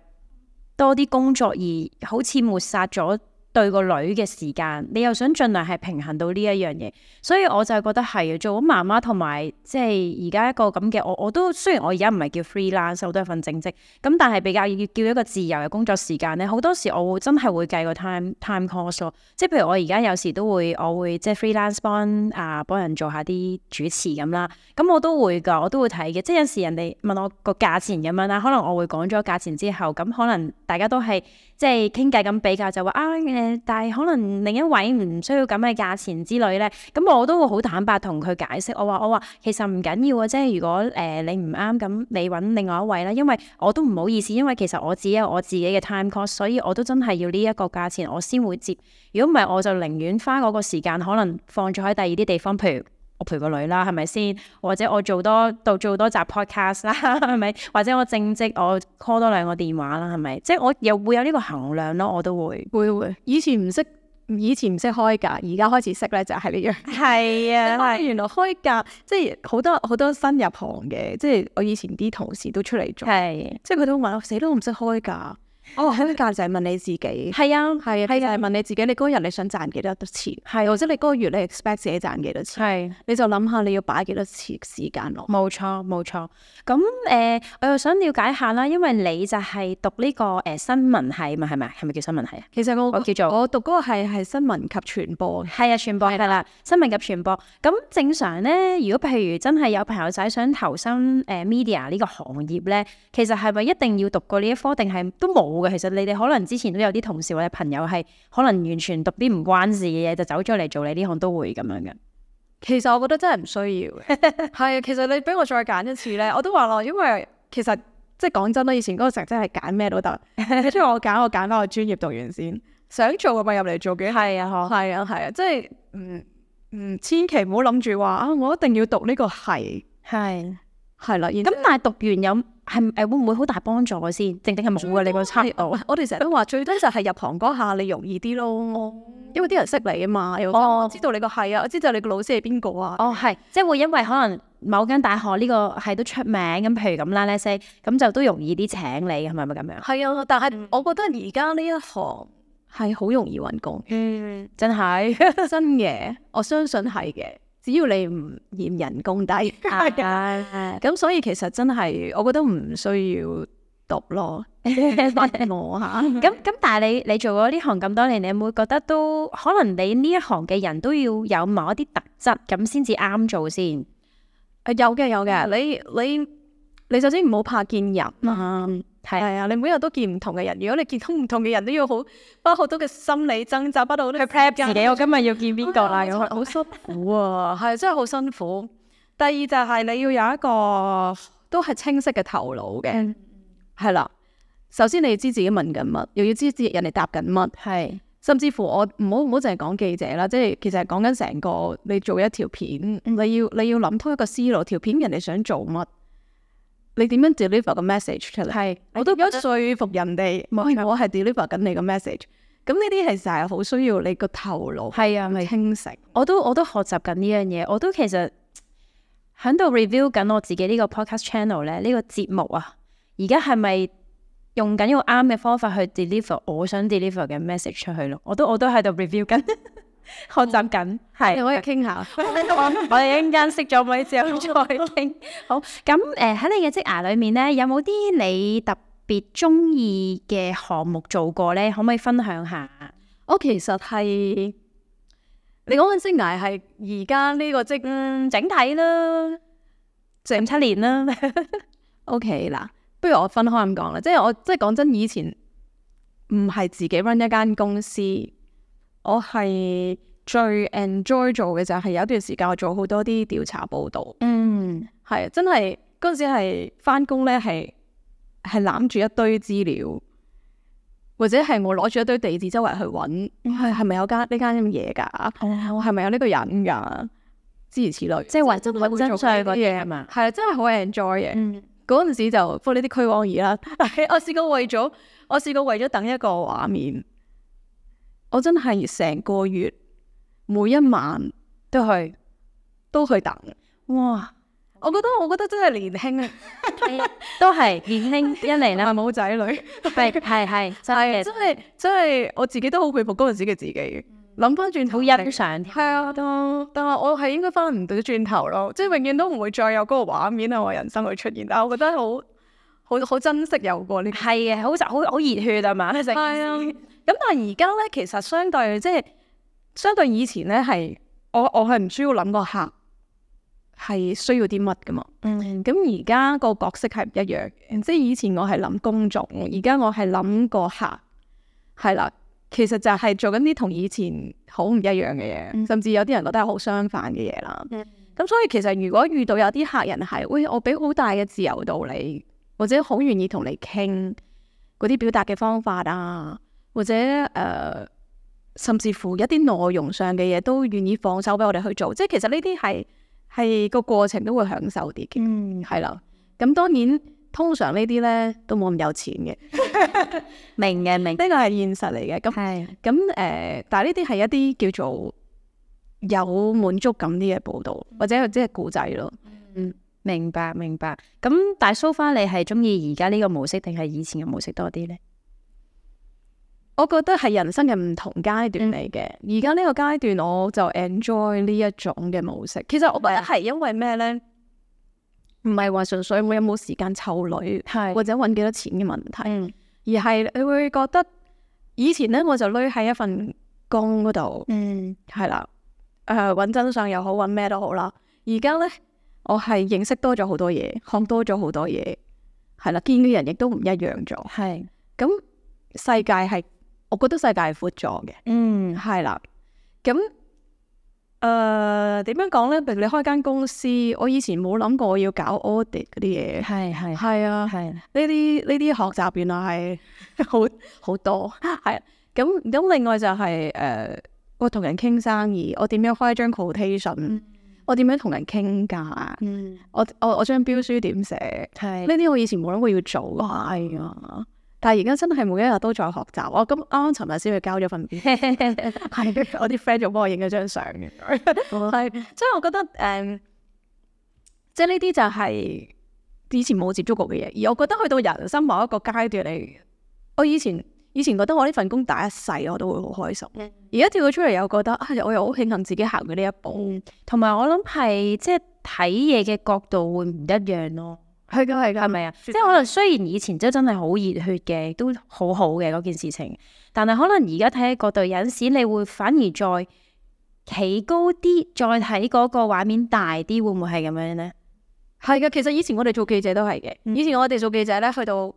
Speaker 2: 多啲工作而好似抹殺咗對個女嘅時間，你又想盡量係平衡到呢一樣嘢，所以我就覺得係做咗媽媽同埋即係而家一個咁嘅我，我都雖然我而家唔係叫 freelance，我都係份正職，咁但係比較要叫一個自由嘅工作時間咧，好多時我會真係會計個 time time cost 咯。即係譬如我而家有時都會，我會即係 freelance 幫啊幫人做下啲主持咁啦。咁我都會㗎，我都會睇嘅。即係有時人哋問我個價錢咁樣啦，可能我會講咗價錢之後，咁可能大家都係即係傾偈咁比較，就話啊誒、呃但係可能另一位唔需要咁嘅價錢之類咧。咁我都會好坦白同佢解釋，我話我話其實唔緊要啊，即係如果誒、呃你唔啱咁，你揾另外一位啦，因為我都唔好意思，因為其實我自己有我自己嘅 time cost，所以我都真係要呢一個價錢我先會接。如果唔係，我就寧願花嗰個時間，可能放咗喺第二啲地方，譬如我陪個女啦，係咪先？或者我做多到做多集 podcast 啦， 係咪？或者我正職我 call 多兩個電話啦，係咪？即係我又會有呢個衡量咯，我都會。
Speaker 3: 會會，以前唔識，以前唔識開價，而家開始識咧就係呢樣。
Speaker 2: 係啊，
Speaker 3: 原來開價即係好多好多新入行嘅，即係我以前啲同事都出嚟做，
Speaker 2: 係
Speaker 3: 即係佢都問我死都唔識開價，哦開價就係問你自己。
Speaker 2: 係啊，
Speaker 3: 係啊，就係問你自己，你嗰日你想賺幾多錢，係啊或者你嗰個月你 expect 自己賺幾多錢，
Speaker 2: 係。
Speaker 3: 你就諗下你要擺幾多次時間落。
Speaker 2: 冇錯，冇錯。咁誒、呃我又想了解下啦，因為你就係讀呢、個誒、呃新聞系嘛，係咪？係咪叫新聞系啊？
Speaker 3: 其實我
Speaker 2: 我叫做
Speaker 3: 我讀嗰個係係新聞及傳播嘅，
Speaker 2: 係啊，傳播係啦，新聞及傳播。咁正常咧，如果譬如真係有朋友仔想投身誒、呃 media 呢個行業咧，其實係咪一定要讀過呢一科，定係都冇嘅？其實你哋可能之前都有啲同事或者朋友係可能完全讀啲唔關事嘅嘢，就走咗嚟做你呢行都會咁樣嘅。
Speaker 3: 其實我 覺得真係唔需要嘅。係啊，其實你俾我再揀一次咧，我都話咯，因為其實即係講真啦，以前嗰個成績係揀咩 都得，跟住我揀我揀翻我專業讀完先，想做嘅咪入嚟做嘅。
Speaker 2: 係啊，嗬，
Speaker 3: 係啊係啊，即係唔唔千祈唔好諗住話啊，我一定要讀呢個係
Speaker 2: 係。
Speaker 3: 係啦，然之後
Speaker 2: 咁但係讀完有係呃誒會唔會好大幫助先？定定係冇嘅你個測度？
Speaker 3: 我哋成日都話最低就係入行嗰下你容易啲咯，因為啲人識你啊嘛，又
Speaker 2: 哦
Speaker 3: 我知道你個係啊，我知道你個老師係邊個啊，
Speaker 2: 哦，係，即係會因為可能某間大學呢個係都出名咁，譬如咁啦 l e 咁就都容易啲請你，係咪咪咁樣？
Speaker 3: 係啊，但
Speaker 2: 嗯
Speaker 3: 係我覺得而家呢一行係好容易揾工，
Speaker 2: 嗯，真係
Speaker 3: 真嘅，我相信係嘅，只要你唔嫌人工 低，咁
Speaker 2: 啊，
Speaker 3: 所以其實真係我覺得唔需要讀 咯， 我嚇。
Speaker 2: 咁咁，但係你你做咗呢行咁多年，你有冇覺得都可能你呢一行嘅人都要有某一啲特質咁先至啱做先？
Speaker 3: 誒有嘅有嘅，你你你首先唔好怕見人啊，
Speaker 2: 嗯，係
Speaker 3: 係啊，你每日都見唔同嘅人，如果你見到唔同嘅人都要好花好多嘅心理掙扎，不到去 prep
Speaker 2: 自己，我今日要見邊個 啦？咁
Speaker 3: 啊好辛苦啊，係真係好辛苦。第二就係你要有一個都係清晰嘅頭腦嘅，係啦。首先你要知自己問緊乜，又要知自己人哋答緊乜，
Speaker 2: 係
Speaker 3: 甚至乎我唔好唔好淨係講記者啦，即係其實係講緊成個你做一條片，你要你要諗通一個思路，條片人哋想做乜，你點樣 deliver 個 message 出嚟？
Speaker 2: 係，
Speaker 3: 我都想說服人哋，喂，我係 deliver 緊你個 message。咁呢啲係成日好需要你個頭腦
Speaker 2: 係啊，咪。
Speaker 3: 清晰。
Speaker 2: 我都我都學習緊呢樣嘢，我都其實喺度 review 緊我自己呢個 podcast channel 咧，呢個節目啊，而家係咪用緊一個啱嘅方法去 deliver 我想 deliver 嘅 message 出去咯？我都我都喺度 review 緊， 學習緊，嗯係。
Speaker 3: 可以傾下。
Speaker 2: 我哋一陣間熄咗咪之後再傾。好，咁誒喺你嘅職涯裏面咧，有冇啲你特別中意嘅項目做過咧？可唔可以分享下？
Speaker 3: 我其實係你講緊職涯係而家呢個職
Speaker 2: 嗯，整體啦，整七年啦。
Speaker 3: OK 嗱，不如我分開咁講啦，即係我即係講真，以前唔係自己 run 一間公司，我係最 enjoy 做嘅就係有一段時間我做好多啲調查報導，
Speaker 2: 嗯，
Speaker 3: 係真係嗰陣時係翻工咧係係攬住一堆資料，或者係我攞住一堆地址周圍去揾，
Speaker 2: 嗯
Speaker 3: 係係咪有間呢間咁嘢㗎？我係咪有呢個人㗎？諸如此類，
Speaker 2: 啊即係為真
Speaker 3: 係
Speaker 2: 為
Speaker 3: 會
Speaker 2: 真
Speaker 3: 做
Speaker 2: 相
Speaker 3: 呢
Speaker 2: 嗰
Speaker 3: 啲
Speaker 2: 啲係嘛？
Speaker 3: 係啊真係好 enjoy 嘅。
Speaker 2: 嗯，
Speaker 3: 嗰陣時就不過呢啲虛妄而啦。我試過為咗我試過為咗等一個畫面，我真係成個月每一晚
Speaker 2: 都去。
Speaker 3: 都去等。
Speaker 2: 哇，
Speaker 3: 我覺得我覺得真係年輕啊，
Speaker 2: 都係年輕一嚟啦，
Speaker 3: 但冇仔女，
Speaker 2: 係係係，嗯真
Speaker 3: 係啊
Speaker 2: 係
Speaker 3: 真係真係我自己都好佩服嗰陣時嘅自己。諗翻轉頭，
Speaker 2: 好欣賞添。
Speaker 3: 係啊，但但係我係應該翻唔到轉頭咯，即係永遠都唔會再有嗰個畫面啊喺我人生去出現。但係我覺得好好好珍惜有過呢個
Speaker 2: 係啊嘅，好就好好熱血啊嘛，成
Speaker 3: 係啊，
Speaker 2: 件事
Speaker 3: 咁但係而家咧，其實相對即係相對以前咧，係我我係唔需要諗個客係需要啲乜噶嘛。
Speaker 2: 嗯
Speaker 3: 咁而家個角色係唔一樣嘅，即係以前我係諗工種，而家我係諗個客，係啦。其實就係做緊啲同以前好唔一樣嘅嘢，
Speaker 2: 嗯
Speaker 3: 甚至有啲人覺得係好相反嘅嘢啦。
Speaker 2: 嗯
Speaker 3: 咁所以其實如果遇到有啲客人係，喂，我俾好大嘅自由度你，或者好願意同你傾嗰啲表達嘅方法啊，或者誒、呃甚至乎一啲內容上嘅嘢都願意放手俾我哋去做，即係其實呢啲係係個過程都會享受啲嘅，
Speaker 2: 嗯，
Speaker 3: 係啦。咁當然通常呢啲咧都冇咁有錢嘅，呢
Speaker 2: 明嘅明。
Speaker 3: 個係現實嚟嘅。咁
Speaker 2: 係
Speaker 3: 咁誒，呃但係呢啲係一啲叫做有滿足感啲嘅報導，或者即係故仔咯。
Speaker 2: 明白明白。咁但係 so far 你係中意而家呢個模式定係以前嘅模式多啲咧？
Speaker 3: 我覺得係人生嘅唔同階段嚟嘅。而家呢個階段，我就 enjoy 呢一種嘅模式。其實我覺得係因為咩呢？唔係話純粹我有冇時間湊女
Speaker 2: 係
Speaker 3: 或者揾幾多錢嘅問題，
Speaker 2: 嗯
Speaker 3: 而係你會覺得以前呢，我就匿喺一份工嗰度，
Speaker 2: 嗯
Speaker 3: 係啦，誒揾真相又好，揾咩都好啦。而家呢，我係認識多咗好多嘢，學多咗好多嘢，係啦，見嘅人亦都唔一樣咗。
Speaker 2: 係
Speaker 3: 咁世界係，我覺得世界係闊咗嘅，
Speaker 2: 嗯
Speaker 3: 係啦。咁誒點樣講咧？譬如你開間公司，我以前冇諗過我要搞 audit 嗰啲嘢。
Speaker 2: 係係
Speaker 3: 係啊，
Speaker 2: 係
Speaker 3: 呢啲呢啲學習原來係 好好多，係啊咁咁。另外就係、誒、我同人傾生意，我點樣開一張 quotation，、我點樣同人傾價，
Speaker 2: 嗯
Speaker 3: 我我我張標書點寫，
Speaker 2: 係
Speaker 3: 呢啲我以前冇諗過要做㗎，係啊。但係而家真係每一日都在學習。哦我咁啱啱尋日先去交咗份表，係我啲 friend 仲幫我影咗張相嘅，係，所以我覺得誒、即係呢啲就係以前冇接觸過嘅嘢。而我覺得去到人生某一個階段嚟，我以前以前覺得我呢份工打一世我都會好開心，而家跳咗出嚟又覺得啊，我又好慶幸自己行咗呢一步。
Speaker 2: 同埋我諗係即係睇嘢嘅角度會唔一樣咯。
Speaker 3: 係㗎，係㗎
Speaker 2: 係咪啊？即係可能雖然以前真真係好熱血嘅，都好好嘅嗰件事情，但係可能而家睇嘅角度，有陣時你會反而再企高啲，再睇嗰個畫面大啲，會唔會係咁樣呢？
Speaker 3: 係嘅，其實以前我哋做記者都係嘅。
Speaker 2: 嗯
Speaker 3: 以前我哋做記者咧，去到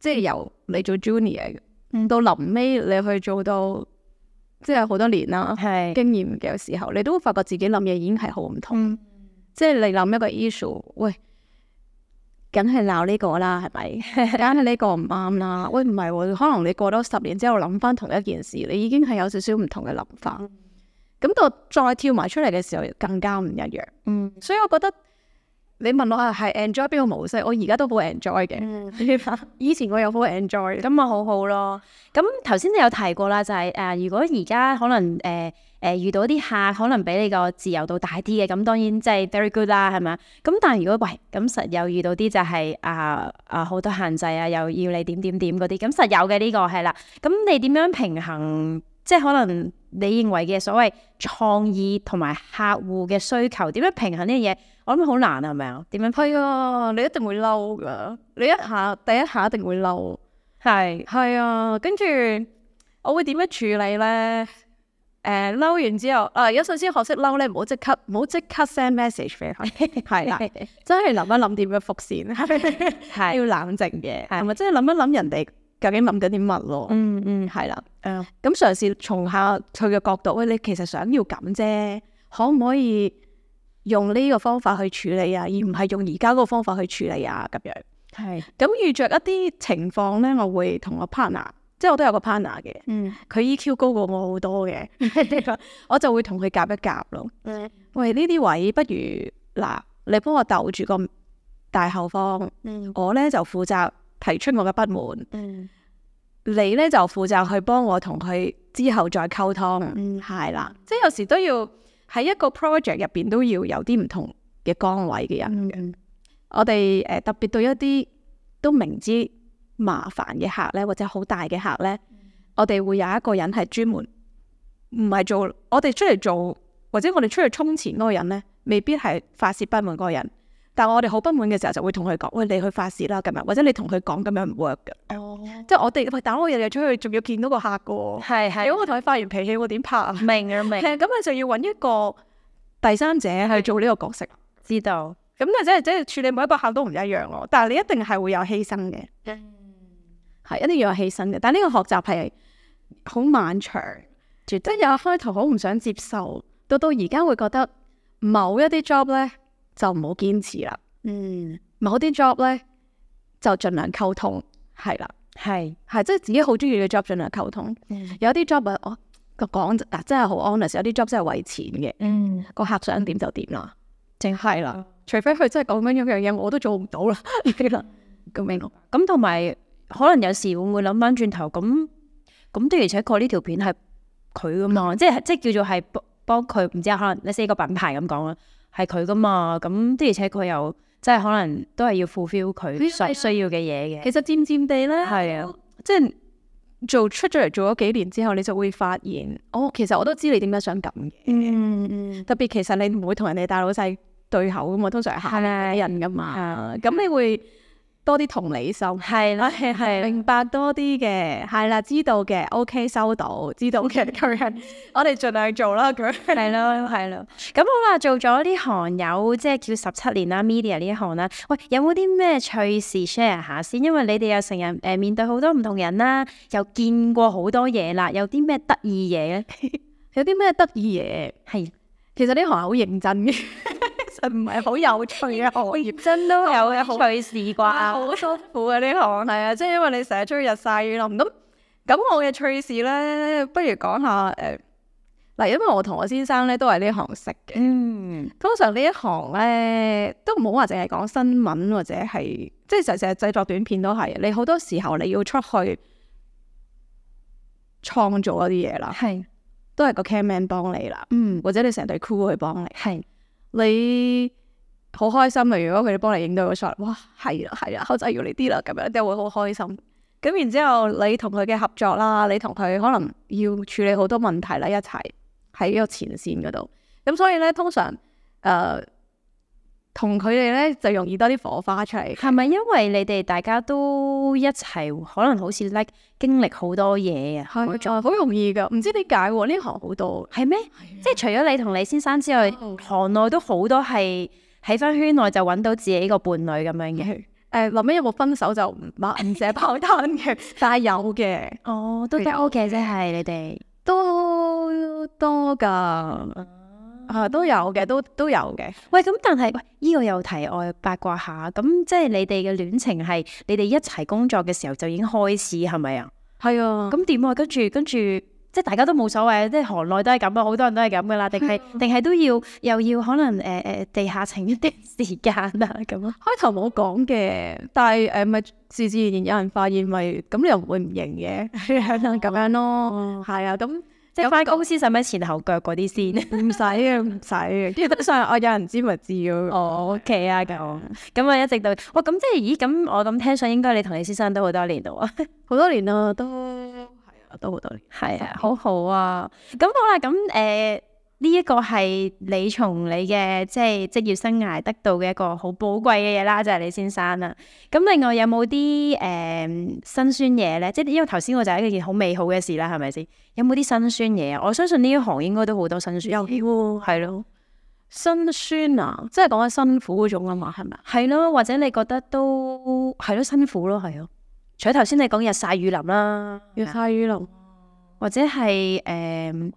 Speaker 3: 即係由你做 junior，
Speaker 2: 嗯
Speaker 3: 到臨尾你去做到即係好多年啦，
Speaker 2: 係
Speaker 3: 經驗嘅時候，你都會發覺自己諗嘢已經係好唔同。
Speaker 2: 嗯
Speaker 3: 即係你諗一個 issue，喂，梗係鬧呢個啦，係 咪？梗係呢個唔啱啦。喂，唔係喎，可能你過多十年之後諗翻同一件事，你已經係有少少唔同嘅諗法。
Speaker 2: 嗯
Speaker 3: 咁到再跳埋出嚟嘅時候，更加唔一樣。
Speaker 2: 嗯
Speaker 3: 所以我覺得你問我啊係 enjoy 邊個模式，我而家都好 enjoy 嘅。 以前我又好 enjoy，
Speaker 2: 咁咪好好咯。咁頭先你有提過啦，就係、呃如果而家可能誒誒、呃遇到啲客，可能俾你個自由度大啲嘅，咁當然即係 very good 啦，係咪啊？咁但係如果喂咁實有遇到啲就係啊啊好多限制啊，又要你點點點嗰啲，咁實有嘅呢、個係啦。咁你點樣平衡？即係可能你認為嘅所謂創意同埋客戶嘅需求，點樣平衡呢樣嘢？我諗好難啊係咪啊？點樣
Speaker 3: 係啊，你一定會嬲噶，你一下第一下一定會嬲。
Speaker 2: 係
Speaker 3: 係啊，跟住我會點樣處理咧？誒、嬲完之後，啊，有陣先學識嬲咧，唔好即刻，唔好即刻 send message 俾佢，係 啦，真係諗一諗點樣伏 線，
Speaker 2: 係
Speaker 3: 要冷靜嘅，
Speaker 2: 係
Speaker 3: 同埋真係諗一諗人哋究竟諗緊啲乜咯，
Speaker 2: 嗯嗯
Speaker 3: 係啦。
Speaker 2: 誒
Speaker 3: 咁嘗試從下佢嘅角度，喂，你其實想要咁啫，可唔可以用呢個方法去處理啊？而唔係用而家嗰個方法去處理啊？咁樣。
Speaker 2: 係
Speaker 3: 咁遇着一啲情況咧，我會同我 partner，即係我都有個 partner 嘅，
Speaker 2: 嗯
Speaker 3: 佢 EQ 高過我好多嘅， 我就會同佢夾一夾咯。
Speaker 2: 嗯
Speaker 3: 喂，呢啲位不如嗱，你幫我鬥住個大後方，
Speaker 2: 嗯
Speaker 3: 我咧就負責提出我嘅不滿，
Speaker 2: 嗯。
Speaker 3: 你咧就負責去幫我同佢之後再溝通，
Speaker 2: 嗯
Speaker 3: 係啦，即係有時都要喺一個 project 入邊都要有啲唔同嘅崗位嘅人。
Speaker 2: 嗯
Speaker 3: 我哋誒、呃特別對一啲都明知麻煩嘅客咧，或者好大嘅客咧，我哋會有一個人係專門唔係做我哋出嚟做，或者我哋出去衝前嗰個人咧，未必係發泄不滿嗰個人。但我哋好不滿嘅時候，就會同佢講：喂，你去發泄啦咁樣，或者你同佢講咁樣唔 work 嘅。
Speaker 2: 哦，
Speaker 3: 即係我哋喂，但我日日出去仲要見到個客嘅喎。
Speaker 2: 係
Speaker 3: 如
Speaker 2: 係，
Speaker 3: 果我同佢發完脾氣，我點拍啊？
Speaker 2: 明啊明，
Speaker 3: 係咁你就要揾一個第三者去做呢個角色。
Speaker 2: 知道。
Speaker 3: 咁但係即係即係處理每一個客都唔一樣咯，但係你一定係會有犧牲嘅，係一定要有犧牲嘅。但係呢個學習係好漫長，即係有開頭好唔想接受，到到而家會覺得某一啲 job 咧就唔好堅持啦，
Speaker 2: 嗯，
Speaker 3: 某啲 job 咧就盡量溝通，係啦，
Speaker 2: 係。
Speaker 3: 係即係自己好中意嘅 job 盡量溝通。有啲 job 啊，我個講嗱真係好 honest，有啲 job 真係為錢嘅，
Speaker 2: 嗯，
Speaker 3: 個客想點就點啦，淨係啦。除非佢真係講緊一樣嘢，我都做唔到啦， 啦，咁樣咯。
Speaker 2: 咁同埋可能有時會唔會諗翻轉頭咁咁的而且確呢條片係佢噶嘛，即係即係叫做係幫幫佢，唔知啊可能你四個品牌咁講啦，啊係佢噶嘛，咁的而且確又即係可能都係要 fulfill 佢需需要嘅嘢嘅，
Speaker 3: 其實漸漸地咧，
Speaker 2: 係啊，
Speaker 3: 即係做出咗嚟做咗幾年之後，你就會發現，哦，其實我都知你點解想咁嘅。
Speaker 2: 嗯嗯，
Speaker 3: 特別其實你唔會同人哋大老細對口噶嘛，通常係
Speaker 2: 係
Speaker 3: 客
Speaker 2: 啦
Speaker 3: 人噶嘛，咁你會多啲同理心。
Speaker 2: 係啦係係，
Speaker 3: 明白多啲嘅，係啦，知道嘅，OK，收到，知道嘅咁樣，我哋盡量做啦咁樣。
Speaker 2: 嗯係咯，係咯。咁好啦，做咗呢行有即係叫十七年啦，media 呢一行啦。喂，有冇啲咩趣事 share 下先？因為你哋又成日誒面對好多唔同人啦，又見過好多嘢啦，有啲咩得意嘢咧？
Speaker 3: 有啲咩得意嘢？
Speaker 2: 係
Speaker 3: 其實呢行係好認真嘅，其實唔係好有趣嘅行業。
Speaker 2: 真都有
Speaker 3: 有
Speaker 2: 趣事
Speaker 3: 哇，
Speaker 2: 啩。
Speaker 3: 好辛苦啊！呢行係啊，即係因為你成日追日曬雨淋。咁咁我嘅趣事咧，不如講下誒嗱、呃因為我同我先生咧都係呢行識嘅。
Speaker 2: 嗯，
Speaker 3: 通常呢一行咧，都唔好話淨係講新聞或者係，即係成成日製作短片都係。你好多時候你要出去創造一啲嘢啦，
Speaker 2: 係，
Speaker 3: 都係個 cameraman 幫你啦，
Speaker 2: 嗯，
Speaker 3: 或者你成隊 crew 去幫你。
Speaker 2: 係，
Speaker 3: 你好開心啊！如果佢哋幫你影到個 shot，哇，係啦係啦，口仔要你啲啦，咁樣你就會好開心。咁然之後，你同佢嘅合作啦，你同佢可能要處理好多問題啦，一齊喺個前線嗰度。咁所以咧，通常誒同佢哋咧就容易多啲火花出嚟。
Speaker 2: 係咪因為你哋大家都一齊，可能好似 like 經歷好多嘢啊？嗰種
Speaker 3: 呃係好容易噶，唔知點解喎？呢行好多
Speaker 2: 係咩？即係除咗你同你先生之外，
Speaker 3: 哦
Speaker 2: 行內都好多係喺翻圈內就揾到自己個伴侶咁樣嘅。
Speaker 3: 誒，臨尾有冇分手就唔唔寫炮單嘅， 但係有嘅。
Speaker 2: 哦，都
Speaker 3: 係
Speaker 2: 得 O 嘅，即係你哋。
Speaker 3: 都多噶，啊都有嘅，都都有嘅。
Speaker 2: 喂，咁但係喂，依、個又題外八卦下，咁即係你哋嘅戀情係你哋一齊工作嘅時候就已經開始係咪啊？
Speaker 3: 係啊，
Speaker 2: 咁點啊？跟住跟住，即係大家都冇所謂，即係行內都係咁啊，好多人都係咁噶啦，定係定係都要又要可能誒誒、呃地下情一啲時間啊咁啊？
Speaker 3: 開頭冇講嘅，但係誒咪自自然然有人發現咪咁，你又唔會唔認嘅，啊咁樣咯。係啊，咁
Speaker 2: 即係
Speaker 3: 有
Speaker 2: 翻公司使唔使前後腳嗰啲先？
Speaker 3: 唔使 嘅，唔使嘅。基本上我啊有人知咪知咯。
Speaker 2: 哦，OK 啊，咁咁啊，一直到哇，咁即係咦，咁我咁聽上應該你同你先生都好多年咯喎，
Speaker 3: 好多年啦，都係啊，都好多年。
Speaker 2: 係啊，好好啊，咁好啦，咁誒呢一個係你從你嘅即係職業生涯得到嘅一個好寶貴嘅嘢啦，就係、你先生啦。咁另外有冇啲誒辛酸嘢咧？即係因為頭先我就係一件好美好嘅事啦，係咪先？有冇啲辛酸嘢啊？我相信呢一行應該都好多辛酸，
Speaker 3: 喎，
Speaker 2: 係咯。
Speaker 3: 辛酸啊，即係講緊辛苦嗰種啊嘛，係咪啊？
Speaker 2: 係咯，或者你覺得都係咯，辛苦咯，係咯。除咗頭先你講日曬雨淋啦，
Speaker 3: 要曬雨淋。
Speaker 2: 或者係誒、嗯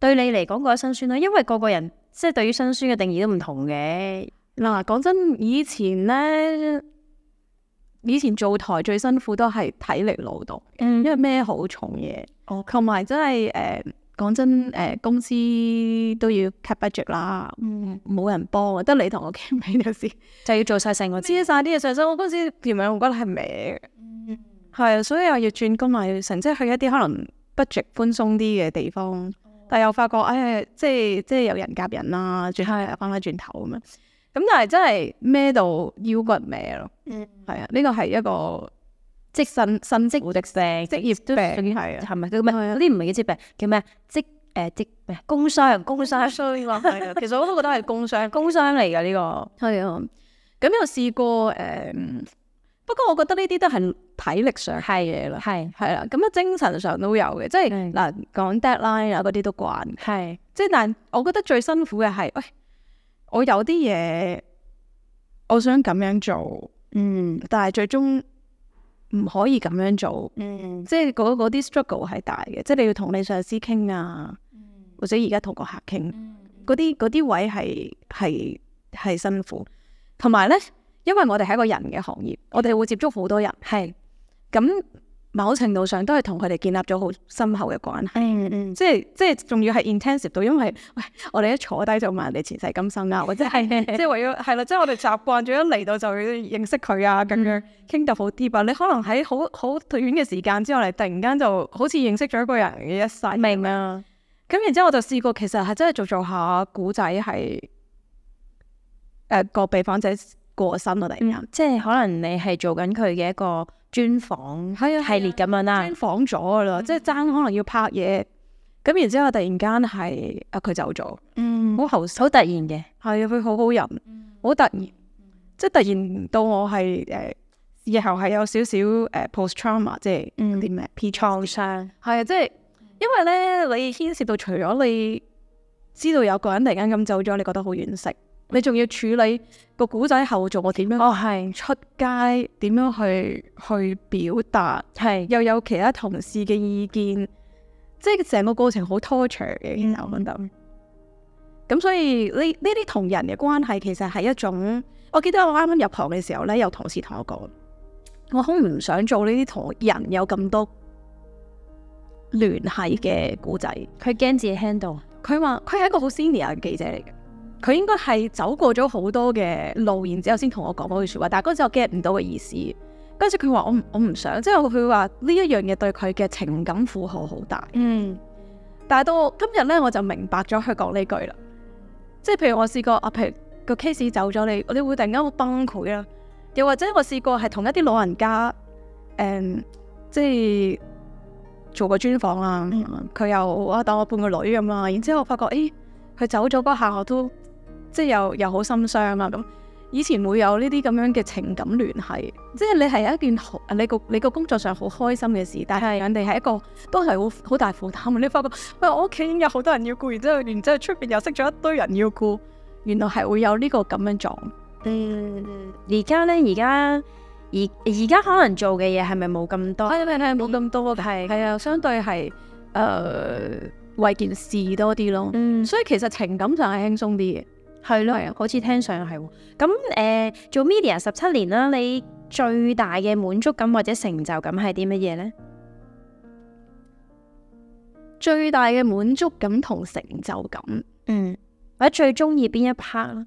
Speaker 2: 對你嚟講覺得辛酸啦，因為個個人即係對於辛酸嘅定義都唔同嘅。
Speaker 3: 嗱，講真，以前咧，以前做台最辛苦都係體力勞動，因
Speaker 2: 嗯，
Speaker 3: 為咩好重嘢
Speaker 2: 哦，
Speaker 3: 同埋真係誒講真誒、呃公司都要 cut budget 啦，冇人幫啊，得你同我 傾偈有時，
Speaker 2: 就要做晒成個
Speaker 3: 知晒啲嘢上身，我嗰時條命我覺得係歪嘅，係啊，所以又要轉工，又要成，即係去一啲可能 budget 寬鬆啲嘅地方，但又發覺誒、哎即係即係有人夾人啦，最後又翻返轉頭咁樣，咁但係真係孭到腰骨歪咯，
Speaker 2: 嗯
Speaker 3: 係啊，呢個係一個即身身職的病，職業病係啊。
Speaker 2: 嗯係咪叫咩？嗰啲唔係叫職病，叫咩？職誒職咩？工傷，工 傷，
Speaker 3: 衰落去啊！其實我都覺得係工 傷。
Speaker 2: 工傷嚟㗎呢個。
Speaker 3: 係啊，咁又試過誒、嗯不過我覺得呢啲都係體力上嘅嘢啦，
Speaker 2: 係
Speaker 3: 係啦，咁啊精神上都有嘅，即係
Speaker 2: 嗯
Speaker 3: 嗱講 deadline 啊嗰啲都慣，
Speaker 2: 係
Speaker 3: 即係但係我覺得最辛苦嘅係，喂、我有啲嘢我想咁樣做，
Speaker 2: 嗯
Speaker 3: 但係最終唔可以咁樣做，
Speaker 2: 嗯
Speaker 3: 即係嗰嗰啲 struggle 係大嘅，即係你要同你上司傾啊，
Speaker 2: 嗯
Speaker 3: 或者而家同個客傾，嗰啲嗰啲位係係係辛苦，同埋咧，因為我哋係一個人嘅行業，我哋會接觸好多人，
Speaker 2: 嗯係
Speaker 3: 咁某程度上都係同佢哋建立咗好深厚嘅關係，
Speaker 2: 嗯嗯
Speaker 3: 即係即係仲要係 intensive 到，因為喂我哋一坐低就問人哋前世今生啊，或者係即 係為咗係啦，即係我哋習慣咗一嚟到就要認識佢啊，咁樣傾得好啲啊，你可能喺好好短嘅時間之後，你突然間就好似認識咗一個人嘅一世，
Speaker 2: 明啊。
Speaker 3: 咁然之後我就試過，其實係真係做做下古仔係誒個被訪者過身啊咯，突然間
Speaker 2: 即係可能你係做緊佢嘅一個專訪
Speaker 3: 係啊
Speaker 2: 系列咁樣啦
Speaker 3: 專。訪咗噶啦，即係爭可能要拍嘢。咁然之後突然間係啊佢走咗，
Speaker 2: 嗯，
Speaker 3: 好後生，
Speaker 2: 好突然嘅。
Speaker 3: 係啊佢好好人，
Speaker 2: 嗯
Speaker 3: 好突然，即係突然到我係誒以後係有少少誒 post trauma，即係
Speaker 2: 嗯
Speaker 3: 啲咩 P
Speaker 2: 創傷。
Speaker 3: 係啊，即係因為咧，你牽涉到除咗你知道有個人突然間咁走咗，你覺得好惋惜，你仲要處理個古仔後續，我點樣
Speaker 2: 哦，係
Speaker 3: 出街，點樣去去表達，
Speaker 2: 係。
Speaker 3: 又有其他同事嘅意見，即係成個過程好拖長嘅，其實我覺得。咁所以呢呢啲同人嘅關係其實係一種，我記得我啱啱入行嘅時候咧，有同事同我講，我好唔想做呢啲同人有咁多聯繫嘅古仔。
Speaker 2: 佢驚自己 handle，
Speaker 3: 佢話佢係一個好 senior 嘅記者嚟嘅，佢應該係走過咗好多嘅路，然之後先同我講嗰句説話，但係嗰陣時我 get 唔到嘅意思。跟住佢話我唔我唔想，即係佢話呢一樣嘢對佢嘅情感負荷好大。
Speaker 2: 嗯，
Speaker 3: 但係到我今日咧，我就明白咗佢講呢句啦。即係譬如我試過啊，譬如個 case 走咗你，你會突然間會崩潰啦。又或者我試過係同一啲老人家，誒、嗯即係做個專訪啦。佢、又啊當我半個女咁啦，然之後我發覺，誒、佢走咗嗰下，我都即係又又好心傷啊咁。以前會有呢啲咁樣嘅情感聯繫，即係你係一件好你個你個工作上好開心嘅事，但係人哋係一個都係好好大負擔。你發覺喂，我屋企已經有好多人要顧，然之後然之後出邊又識咗一堆人要顧，原來係會有呢個咁樣狀。
Speaker 2: 嗯，而家咧，而家而而家可能做嘅嘢係咪冇咁多？
Speaker 3: 係係係冇咁多嘅，
Speaker 2: 係
Speaker 3: 哦嗯係啊，相對係誒、呃、為件事多啲咯。
Speaker 2: 嗯，
Speaker 3: 所以其實情感上係輕鬆啲嘅。啊
Speaker 2: 係咯，好似聽上係喎。咁誒、呃做 media 十七年啦，你最大嘅滿足感或者成就感係啲乜嘢呢？
Speaker 3: 最大嘅滿足感同成就感，
Speaker 2: 嗯，或者最中意邊一 part 啦？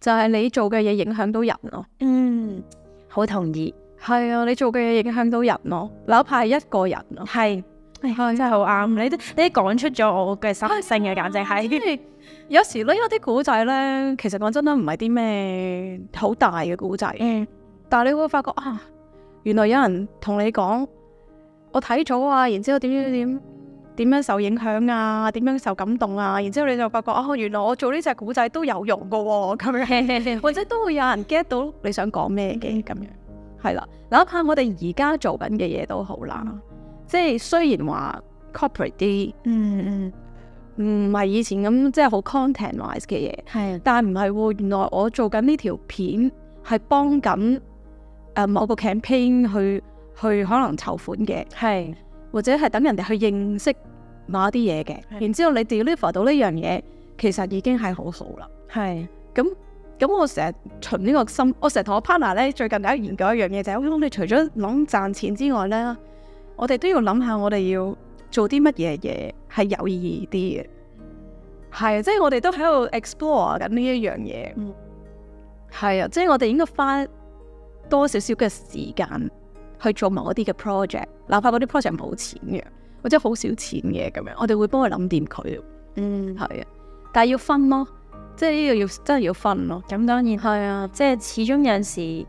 Speaker 3: 就係你做嘅嘢影響到人咯。
Speaker 2: 嗯，好同意，
Speaker 3: 係啊，你做嘅嘢影響到人咯，哪怕係一個人咯。啊
Speaker 2: 係，唉真係好啱。你都你都講出咗我嘅心聲嘅，簡直
Speaker 3: 因
Speaker 2: 係。
Speaker 3: 為有時咧，有啲古仔咧，其實講真啦，唔係啲咩好大嘅古仔，
Speaker 2: 嗯
Speaker 3: 但係你會發覺啊，原來有人同你講，我睇咗啊，然之後點點點點樣受影響啊，點樣受感動啊，然之後你就發覺哦、原來我做呢隻古仔都有用噶喎、咁 樣，或者都會有人 get 到你想講咩
Speaker 2: 嗯
Speaker 3: 嘅咁樣，係啦，哪怕我哋而家做緊嘅嘢都好啦，
Speaker 2: 嗯
Speaker 3: 即係雖然話 corporate 啲。
Speaker 2: 嗯嗯，
Speaker 3: 唔係以前咁即係好 content wise 嘅嘢，
Speaker 2: 係
Speaker 3: 但唔係喎，原來我做緊呢條片係幫緊誒某個 campaign 去去可能籌款嘅，
Speaker 2: 係
Speaker 3: 或者係等人哋去認識某一啲嘢嘅，
Speaker 2: 係
Speaker 3: 然之後你 deliver 到呢樣嘢，其實已經係好好啦。
Speaker 2: 係，
Speaker 3: 咁咁我成日循呢個心，我成日同我 partner 咧最近喺度研究一樣嘢就係、我哋除咗諗賺錢之外咧，我哋都要諗下我哋要做啲乜嘢嘢係有意義啲嘅。係啊，即係我哋都喺度 explore 緊呢一樣嘢
Speaker 2: 嗯。
Speaker 3: 係啊、即係我哋應該花多少少嘅時間去做某一啲嘅 project，哪怕嗰啲 project 冇錢嘅，或者好少錢嘅咁樣，我哋會幫佢諗掂佢。
Speaker 2: 嗯，
Speaker 3: 係啊，但係要分咯，即係呢個要真係要分咯。
Speaker 2: 咁當然。
Speaker 3: 係啊，
Speaker 2: 即係始終有陣時，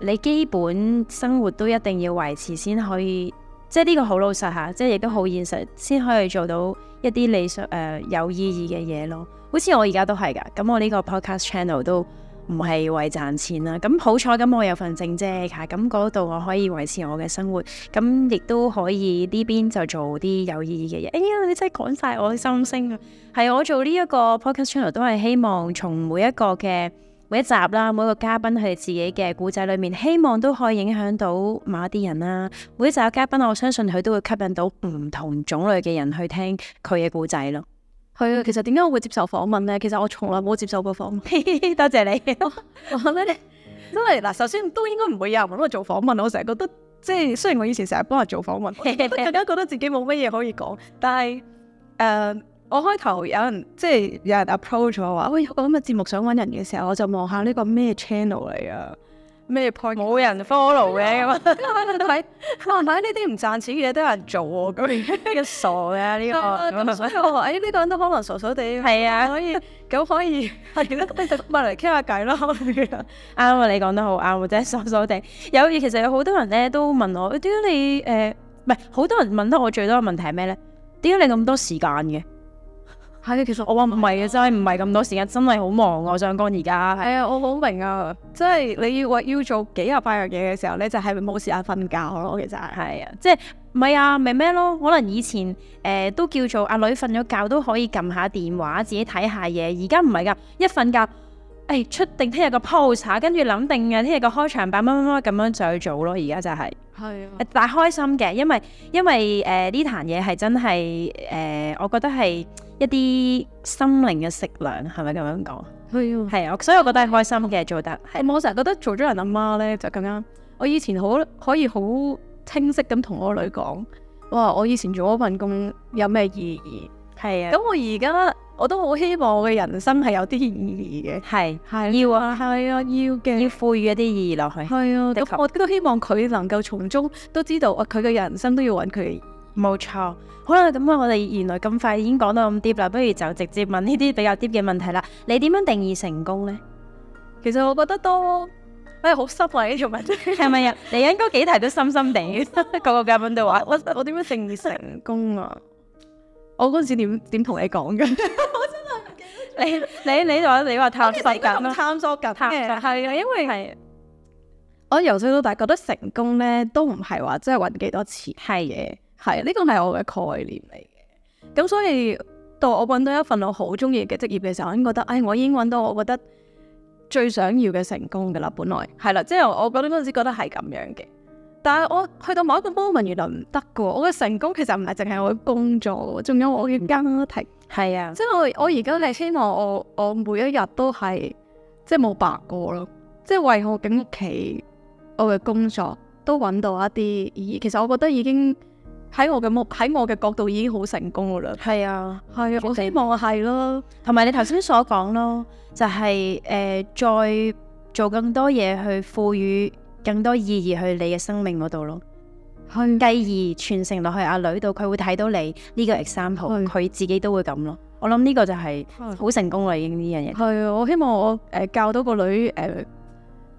Speaker 2: 你基本生活都一定要維持先可以，即係呢個好老實吓，即係亦都好現實，先可以做到一啲理想誒、呃有意義嘅嘢咯。好似我而家都係噶，咁我呢個 podcast channel 都唔係為賺錢啦。咁好彩咁我有份正職吓，咁嗰度我可以維持我嘅生活，咁亦都可以呢邊就做啲有意義嘅嘢。哎呀，你真係講晒我嘅心聲啊！係我做呢一個 podcast channel 都係希望從每一個嘅。每一集啦，每一個嘉賓佢哋自己嘅故仔裏面，希望都可以影響到某一啲人啦。每一集嘅嘉賓，我相信佢都會吸引到唔同種類嘅人去聽佢嘅故仔咯。
Speaker 3: 係啊。其實點解我會接受訪問咧？其實我從來冇接受過訪問。
Speaker 2: 多謝你。
Speaker 3: 我咧，因為嗱，首先都應該唔會有人揾我做訪問。我成日覺得，即係雖然我以前成日幫人做訪問，我都更加覺得自己冇乜嘢可以講。但係誒、呃我開頭有人即係有人 approach 我話，喂，有個咁嘅節目想揾人嘅時候，我就望下呢個咩 channel 嚟啊，咩 point 冇人 follow 嘅咁啊，睇哇，睇呢啲唔賺錢嘅嘢都有人做喎，咁樣。
Speaker 2: 傻嘅呢
Speaker 3: 咁所以我話：，誒呢個人都可能傻傻地，係啊，可以咁可以係啦，咁就咪嚟傾下偈啦。
Speaker 2: 啱啊！你講得好啱啊，真係傻傻地。有其實有好多人咧都問我，點解你誒唔係好多人問得我最多嘅問題係咩咧？點解你咁多時間嘅？
Speaker 3: 係啊，其實
Speaker 2: 我話唔係嘅，真係唔係咁多時間，真係好忙啊。我想講而家係
Speaker 3: 係啊，我好明啊，即係你要話要做幾廿八樣嘢嘅時候咧，就係冇時間瞓覺咯。其實係
Speaker 2: 係啊，即係唔係啊？咪咩咯？可能以前誒、呃都叫做阿女瞓咗覺都可以撳下電話，自己睇下嘢。而家唔係㗎，一瞓覺，誒、出定聽日個 post 下跟住諗定嘅聽日個開場白乜乜乜咁樣就去做咯。而家就係、
Speaker 3: 係啊，
Speaker 2: 但呃係開心嘅，因為因為誒呢壇嘢係真係誒、呃我覺得係一啲心靈嘅食糧，係咪咁樣講？
Speaker 3: 係啊。
Speaker 2: 係啊，所以我覺得係開心嘅做得係。
Speaker 3: 咁我成日覺得做咗人阿媽咧就更加，我以前好可以好清晰咁同我女講，哇！我以前做嗰份工有咩意義？
Speaker 2: 係啊
Speaker 3: 咁我而家我都好希望我嘅人生係有啲意義嘅，
Speaker 2: 係
Speaker 3: 係
Speaker 2: 要啊，
Speaker 3: 啊，係啊，要嘅
Speaker 2: 要。賦予一啲意義落去，
Speaker 3: 係啊，
Speaker 2: 的
Speaker 3: 咁
Speaker 2: 確
Speaker 3: 我都希望佢能夠從中都知道，啊，佢嘅人生都要揾佢嘅意義。
Speaker 2: 冇錯。好啦，咁啊，我哋原來咁快已經講到咁 deep 啦，不如就直接問呢啲比較 deep 嘅問題啦。你點樣定義成功呢？
Speaker 3: 其實我覺得都，哎，好濕啊呢條問題。
Speaker 2: 係咪 啊？你應該幾題都深深地，個個嘉賓都話我
Speaker 3: 我點樣定義成功啊？我嗰陣時點點同你講嘅？
Speaker 2: 你你你話你話探索緊啦，
Speaker 3: 探索啊緊嘅，
Speaker 2: 探
Speaker 3: 係啊，因為我由細到大覺得成功咧，都唔係話真係揾幾多錢
Speaker 2: 係
Speaker 3: 嘅，係呢個係我嘅概念嚟嘅。咁所以到我揾到一份我好中意嘅職業嘅時候，我已經覺得，唉、我已經揾到我覺得最想要嘅成功㗎啦。本來係啦，即係我覺得嗰陣時覺得係咁樣嘅。但係我去到某一個 moment，原來唔得嘅喎。我嘅成功其實唔係淨係我嘅工作喎，仲有我嘅家庭。
Speaker 2: 係啊，
Speaker 3: 即係我我而家係希望我我每一日都係即係冇白過咯，即係為我嘅屋企、我嘅工作都揾到一啲意義。其實我覺得已經喺我嘅目喺我嘅角度已經好成功噶啦。
Speaker 2: 係啊。
Speaker 3: 係啊，我希望係咯，
Speaker 2: 同埋你頭先所講咯，就係、誒、再做更多嘢去賦予更多意義去你嘅生命嗰度咯，
Speaker 3: 係
Speaker 2: 繼而傳承落去阿女度，佢會睇到你呢個 example，
Speaker 3: 係
Speaker 2: 佢自己都會咁咯。我諗呢個就係
Speaker 3: 係
Speaker 2: 好成功啦，已經呢樣嘢。
Speaker 3: 係啊，我希望我誒、呃教到個女誒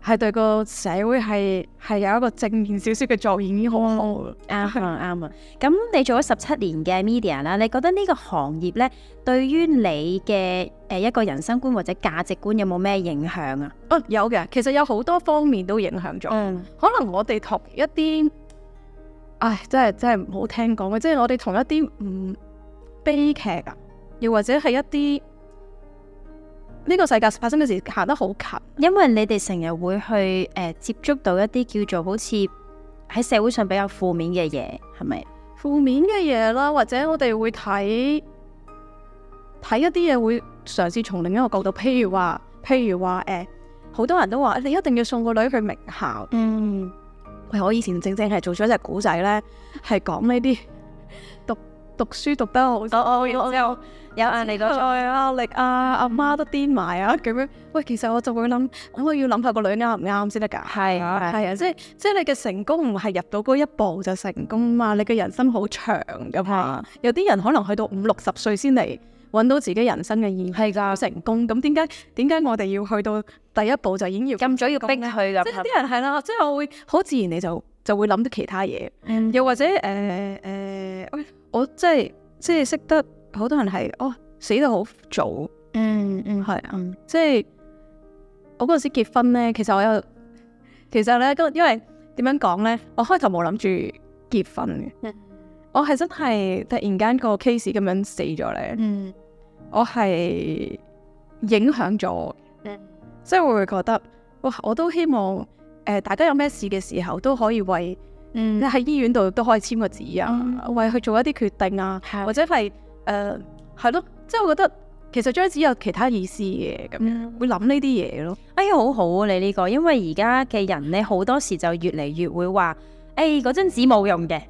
Speaker 3: 係、對個社會係係有一個正面少少嘅作用已經好好啦。
Speaker 2: 啱啊啱啊！咁你做咗十七年嘅 media 啦，你覺得呢個行業呢，對於你嘅誒、一個人生觀或者價值觀有冇咩影響啊？
Speaker 3: 啊，有嘅，其實有好多方面都影響咗。
Speaker 2: 嗯，
Speaker 3: 可能我哋同一啲，唉，真係真係唔好聽講嘅，即係我哋同一啲唔悲劇啊，又或者係一啲呢個世界發生嘅事行得好近，
Speaker 2: 因為你哋成日會去誒、接觸到一啲叫做好似喺社會上比較負面嘅嘢，係咪？
Speaker 3: 負面嘅嘢啦，或者我哋會睇睇一啲嘢，會嘗試從另一個角度，譬如話，譬如話，誒、好多人都話你一定要送個女去名校，
Speaker 2: 嗯，
Speaker 3: 喂，我以前正正係做咗一隻古仔咧，係講呢啲讀讀書讀得好，然之後。
Speaker 2: 有壓力嗰種。
Speaker 3: 愛壓力啊，阿媽都癲埋啊咁樣。喂，其實我就會諗，我要諗下個女啱唔啱先得㗎。
Speaker 2: 係係
Speaker 3: 係啊，即係即係你嘅成功唔係入到嗰一步就成功嘛，你嘅人生好長㗎嘛。有啲人可能去到五六十歲先嚟揾到自己人生嘅意義，
Speaker 2: 係㗎，
Speaker 3: 成功。咁點解點解我哋要去到第一步就已經要
Speaker 2: 咁早要逼佢
Speaker 3: 即係
Speaker 2: 咁。
Speaker 3: 啲人係啦，即係我會好自然你就就會諗到其他嘢。
Speaker 2: 嗯
Speaker 3: 又或者誒誒、呃呃喂我即係即係識得好多人係哦死得好早，
Speaker 2: 嗯嗯，
Speaker 3: 係
Speaker 2: 嗯
Speaker 3: 即係我嗰陣時結婚咧，其實我有其實咧，因為點樣講咧，我開頭冇諗住結婚嘅
Speaker 2: 嗯，
Speaker 3: 我係真係突然間個 case 咁樣死咗咧，
Speaker 2: 嗯
Speaker 3: 我係影響咗我
Speaker 2: 嗯
Speaker 3: 即係我會覺得哇，我都希望誒、呃大家有咩事嘅時候都可以為。
Speaker 2: 嗯
Speaker 3: 你喺醫院度都可以簽個字啊，
Speaker 2: 嗯
Speaker 3: 為佢做一啲決定啊，
Speaker 2: 係
Speaker 3: 或者係誒係咯，即係我覺得其實張紙有其他意思嘅，咁
Speaker 2: 嗯
Speaker 3: 會諗呢啲嘢咯。
Speaker 2: 哎呀，好好啊！你呢、個，因為而家嘅人咧，好多時就越嚟越會話，誒嗰張紙冇用嘅，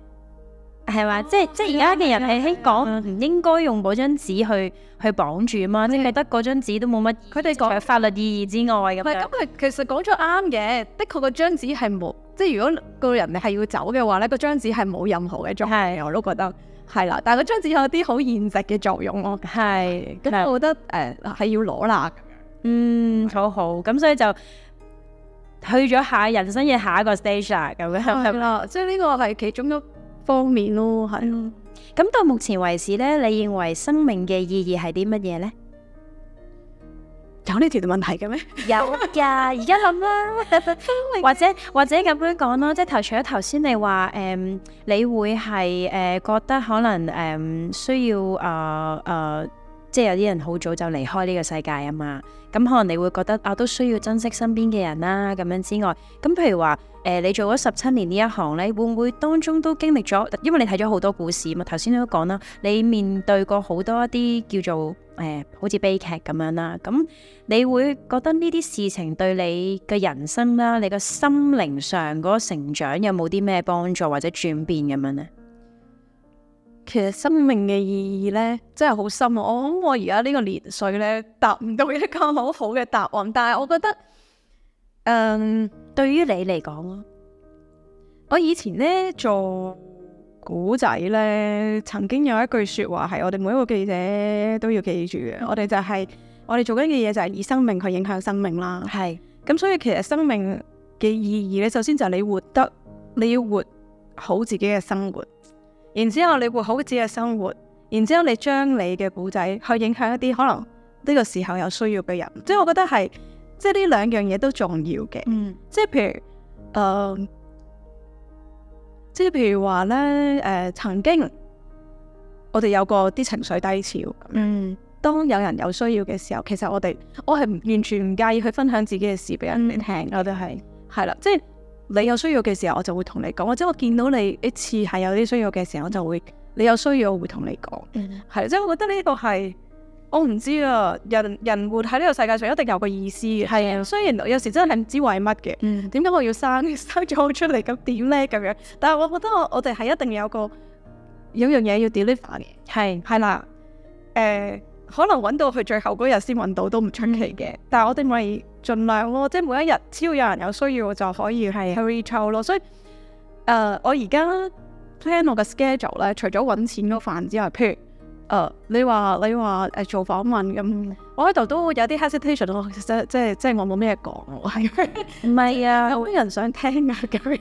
Speaker 2: 係嘛？即係即哦係而家嘅人係啊喺講唔應該用嗰張紙去去綁住啊嘛，即係得嗰張紙都冇乜，佢哋講法律意義之外咁
Speaker 3: 唔係咁
Speaker 2: 樣。
Speaker 3: 佢其實講咗啱嘅，的確個張紙係冇，即係如果個人係要走嘅話咧，個張紙係冇任何嘅作用，我都覺得係啦。但係個張紙有啲好現實嘅作用咯，
Speaker 2: 係，
Speaker 3: 咁
Speaker 2: 咁啊
Speaker 3: 我覺得誒係要攞啦。
Speaker 2: 嗯，好好，咁所以就去咗下人生嘅下一個 stage 啦，咁樣
Speaker 3: 係啦，即係呢個係其中一方面咯，係
Speaker 2: 嗯
Speaker 3: 咯。
Speaker 2: 咁到目前為止咧，你認為生命嘅意義係啲乜嘢咧？
Speaker 3: 有呢條問題嘅咩？
Speaker 2: 有噶，而家諗啦，或者或者咁樣講啦，即係頭除咗頭先你話誒、嗯你會係誒、呃、覺得可能誒、嗯需要啊啊、即係有啲人好早就離開呢個世界啊嘛。咁可能你會覺得啊，都需要珍惜身邊嘅人啦，咁樣之外，咁譬如話誒、呃你做咗十七年呢一行咧，會唔會當中都經歷咗？因為你睇咗好多故事嘛，頭先都講啦，你面對過好多一啲叫做誒、呃好似悲劇咁樣啦，咁你會覺得呢啲事情對你嘅人生啦，你個心靈上嗰個成長有冇啲咩幫助或者轉變咁樣呢？
Speaker 3: 其實生命嘅意義咧，真係好深啊！我諗我而家呢個年歲咧，答唔到一個好好嘅答案，但係我覺得，嗯，
Speaker 2: 對於你嚟講啊咯，
Speaker 3: 我以前咧做古仔咧，曾經有一句説話係我哋每一個記者都要記住嘅，我哋就係、我哋做緊嘅嘢就係以生命去影響生命啦。
Speaker 2: 係
Speaker 3: 咁所以其實生命嘅意義咧，首先就係你活得，你要活好自己嘅生活，然之後你活好自己嘅生活，然之後你將你嘅故仔去影響一啲可能呢個時候有需要嘅人，即係我覺得係，即係呢兩樣嘢都重要嘅。
Speaker 2: 嗯
Speaker 3: 即係譬如誒、呃即係譬如話咧誒，曾經我哋有過啲情緒低潮，
Speaker 2: 嗯
Speaker 3: 當有人有需要嘅時候，其實我哋我係唔完全唔介意去分享自己嘅事俾人哋聽，我哋係係啦，即係你有需要嘅時候，我就會同你講，或者我見到你一次係有啲需要嘅時候，我就會你有需要我會同你講，係即係我覺得呢個係我唔知啊，人人活喺呢個世界上一定有個意思嘅，係啊，雖然有時真係唔知為乜嘅，
Speaker 2: 嗯
Speaker 3: 點解我要生 生咗我出嚟咁點呢？咁樣，但係我覺得我我哋係一定有個有樣嘢要 deliver 嘅。
Speaker 2: 係
Speaker 3: 係啦，誒、可能揾到佢最後嗰日先揾到都唔出奇嘅，但係我哋咪盡量咯，即係每一日只要有人有需要，我就可以係 reach out 咯。所以誒、呃我而家 plan 我嘅 schedule 咧，除咗揾錢嗰飯之外，譬如誒、呃你話你話誒做訪問咁，我喺度都有啲 hesitation 咯，其實即係即係我冇咩講喎，係
Speaker 2: 唔係啊？
Speaker 3: 有啲人想聽啊咁樣，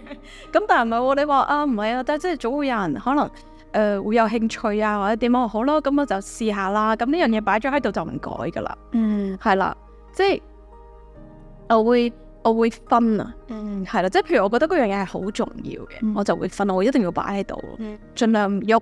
Speaker 3: 咁但係唔係喎？你話啊唔係啊，但係即係總會有人可能誒、呃、會有興趣啊或者點啊，好咯，咁我就試下啦。咁呢樣嘢擺咗喺度就唔改噶啦，
Speaker 2: 嗯
Speaker 3: 係啦，即係我會我會分啊，
Speaker 2: 嗯
Speaker 3: 係啦，即係譬如我覺得嗰樣嘢係好重要嘅，
Speaker 2: 嗯
Speaker 3: 我就會分，我一定要擺喺度
Speaker 2: 嗯，
Speaker 3: 盡量唔喐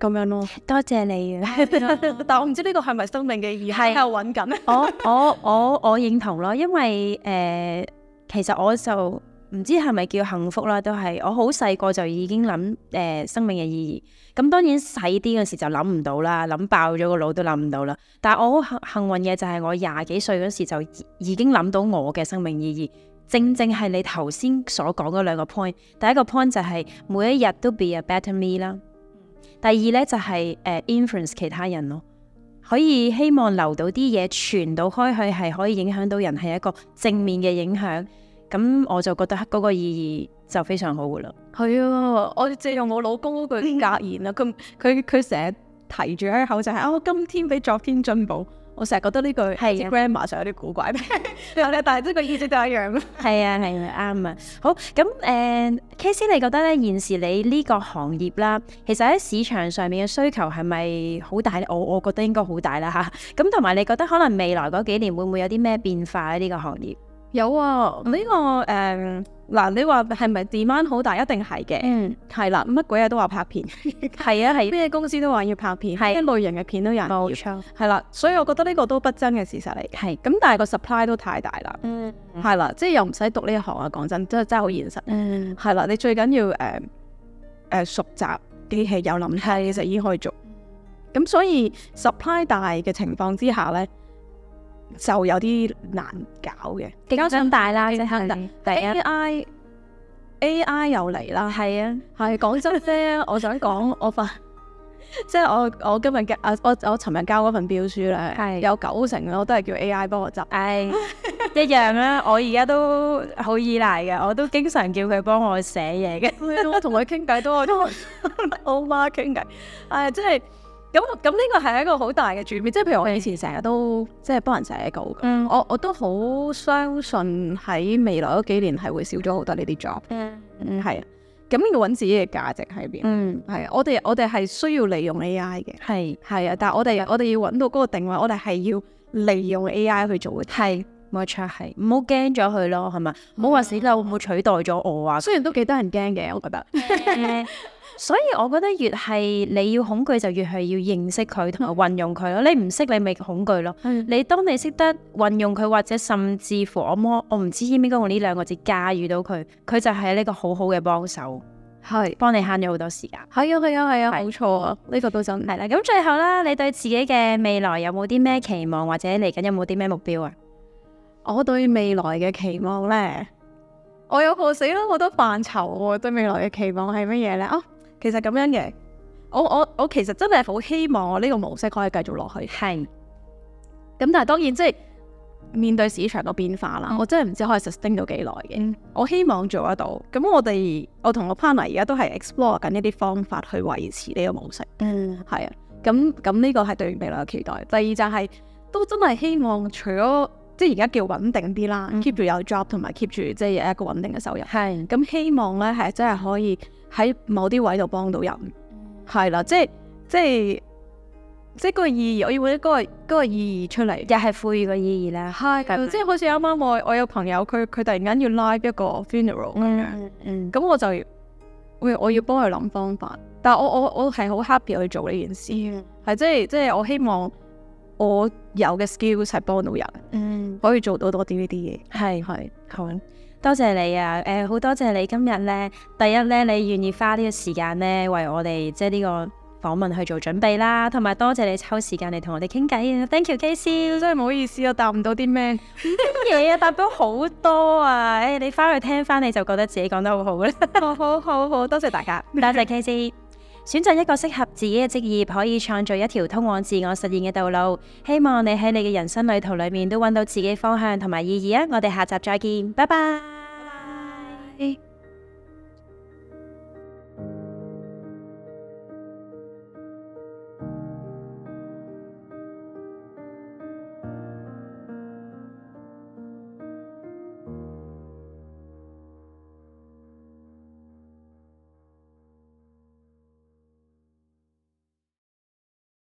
Speaker 3: 咁樣咯。
Speaker 2: 多謝你啊！
Speaker 3: 但我唔知呢個係咪生命嘅意義，喺
Speaker 2: 係
Speaker 3: 度揾緊。
Speaker 2: 我我我我認同咯，因為誒、呃其實我就唔知係咪叫幸福啦，都係我好細個就已經諗誒、呃生命嘅意義。咁當然細啲嗰時就諗唔到啦，諗爆咗個腦都諗唔到啦。但係我好幸幸運嘅就係我廿幾歲嗰時就已已經諗到我嘅生命意義。正正係你頭先所講嗰兩個 point，第一個 point 就係每一日都 be a better me 啦，第二咧就係、呃 influence 其他人咯。可以希望留到啲嘢傳到開去，係可以影響到人，係一個正面嘅影響。咁我就覺得嗰個意義就非常好噶啦。
Speaker 3: 係啊，我借用我老公嗰句格言啦，啊佢佢佢成日提住喺口就係、啊，我今天比昨天進步。我成日覺得呢句
Speaker 2: 係
Speaker 3: 啲
Speaker 2: 啊
Speaker 3: grammar 上有啲古 怪，但係啊但係即係個意思都係一樣咯。
Speaker 2: 係啊，係啊，啱啊。好，咁誒、k C，你覺得咧現時你呢個行業啦，其實喺市場上面嘅需求係咪好大咧？我我覺得應該好大啦吓。咁同埋你覺得可能未來嗰幾年會唔會有啲咩變化咧？呢個行業？
Speaker 3: 有啊，呢、個誒嗱、你話係咪 demand 好大？一定係嘅，
Speaker 2: 嗯，
Speaker 3: 係啦，乜鬼嘢都話拍 片，
Speaker 2: 係啊，係
Speaker 3: 咩公司都話要拍片，
Speaker 2: 係
Speaker 3: 咩類型嘅片都有人要
Speaker 2: 冇，錯，
Speaker 3: 係啦，所以我覺得呢個都不爭嘅事實嚟嘅。
Speaker 2: 係。
Speaker 3: 咁但係個 supply 都太大啦，
Speaker 2: 嗯
Speaker 3: 係啦，即係又唔使讀呢一行啊，講真，真係真係好現實。
Speaker 2: 嗯
Speaker 3: 係啦，你最緊要誒誒、呃熟習機器有諗睇，其實已經可以做。咁所以 supply 大嘅情況之下咧，就有啲難搞嘅。
Speaker 2: 競爭大啦，即
Speaker 3: 競爭大
Speaker 2: 係第一
Speaker 3: AI AI 又嚟啦，
Speaker 2: 係啊，
Speaker 3: 係講真 啫，我想講我份， 即係我我今日嘅啊，我我尋日交嗰份標書
Speaker 2: 係
Speaker 3: 咧，有九成我都係叫 AI 幫我執。
Speaker 2: 唉， 一樣啦。我而家都好依賴嘅，我都經常叫佢幫我寫嘢嘅。
Speaker 3: 啊我同佢傾 偈都，我都我媽傾偈，唉，即係咁咁呢個係一個好大嘅轉變，即係譬如我以前成日都即係幫人寫稿咁，
Speaker 2: 嗯
Speaker 3: 我我都好相信喺未來嗰幾年係會少咗好多呢啲 job，
Speaker 2: 嗯
Speaker 3: 嗯係啊，咁呢個揾自己嘅價值喺邊？
Speaker 2: 嗯，
Speaker 3: 係啊，我哋我哋係需要利用 AI 嘅，
Speaker 2: 係
Speaker 3: 係啊，但係我哋我哋要揾到嗰個定位，我哋係要利用 AI 去做嘅，
Speaker 2: 係冇錯係，唔好驚咗佢咯，係咪？唔好話死啦，會唔會取代咗我啊？
Speaker 3: 雖然都幾得人驚嘅，我覺得。
Speaker 2: 誒所以我覺得越係你要恐懼，就越係要認識佢同埋運用佢咯。你唔識你咪恐懼咯。你當你識得運用佢，或者甚至乎我摸，我唔知應唔應該用呢兩個字駕馭到佢，佢就係呢個好好嘅幫手，
Speaker 3: 係
Speaker 2: 幫你慳咗好多時間。
Speaker 3: 係啊係啊係啊，冇錯啊，呢個都真
Speaker 2: 係啦，咁最後啦，你對自己嘅未來有冇啲咩期望，或者嚟緊有冇啲咩目標啊？
Speaker 3: 我對未來嘅期望呢，我有個死啦好多範疇喎。對未來嘅期望係乜嘢呢？啊，其實咁樣嘅，我我我其實真係好希望我呢個模式可以繼續落去。咁
Speaker 2: 係
Speaker 3: 但係當然即係面對市場嘅變化
Speaker 2: 嗯
Speaker 3: 啦，我真係唔知可以 sustain 到幾耐嘅。我希望做得到。咁我哋我同我 partner 而家都係 explore 緊一啲方法去維持呢個模式。
Speaker 2: 嗯
Speaker 3: 係啊，咁咁呢個係對未來嘅期待。第二就係、都真係希望除咗即係而家叫穩定啲啦
Speaker 2: 嗯
Speaker 3: ，keep 住有 job 同埋 keep 住即係有一個穩定嘅收入。
Speaker 2: 係
Speaker 3: 咁希望咧係真係可以喺某啲位度幫到人，係啦，即係即係即係嗰個意義，我要揾嗰個嗰個意義出嚟。
Speaker 2: 又係賦予個意義啦。
Speaker 3: 係，即係好似啱啱我我有朋友佢佢突然間要 live 一個 funeral 咁樣。
Speaker 2: 嗯嗯
Speaker 3: 咁我就喂，我要幫佢諗方法。但係我我我係好 happy 去做呢件事，
Speaker 2: 嗯
Speaker 3: 係、即係即係我希望我有嘅 skills 係幫到人，
Speaker 2: 嗯，
Speaker 3: 可以做到多啲呢啲
Speaker 2: 係
Speaker 3: 嘢。。係
Speaker 2: 好，啊多謝你啊！誒、好多謝你今日咧，第一咧，你願意花呢個時間咧，為我哋即係呢個訪問去做準備啦，同埋多謝你抽時間嚟同我哋傾偈啊！Thank you K C，
Speaker 3: 真係唔好意思，我答唔到啲咩。
Speaker 2: 嘢啊，答到好多啊！誒、你翻去聽翻你就覺得自己講得好 好啦。
Speaker 3: 好好好好，多謝大家。
Speaker 2: 多謝 K C。選擇一個適合自己嘅職業，可以創造一條通往自我實現嘅道路。希望你喺你嘅人生旅途裏面都揾到自己方向同埋意義啊！我哋下集再見，拜拜。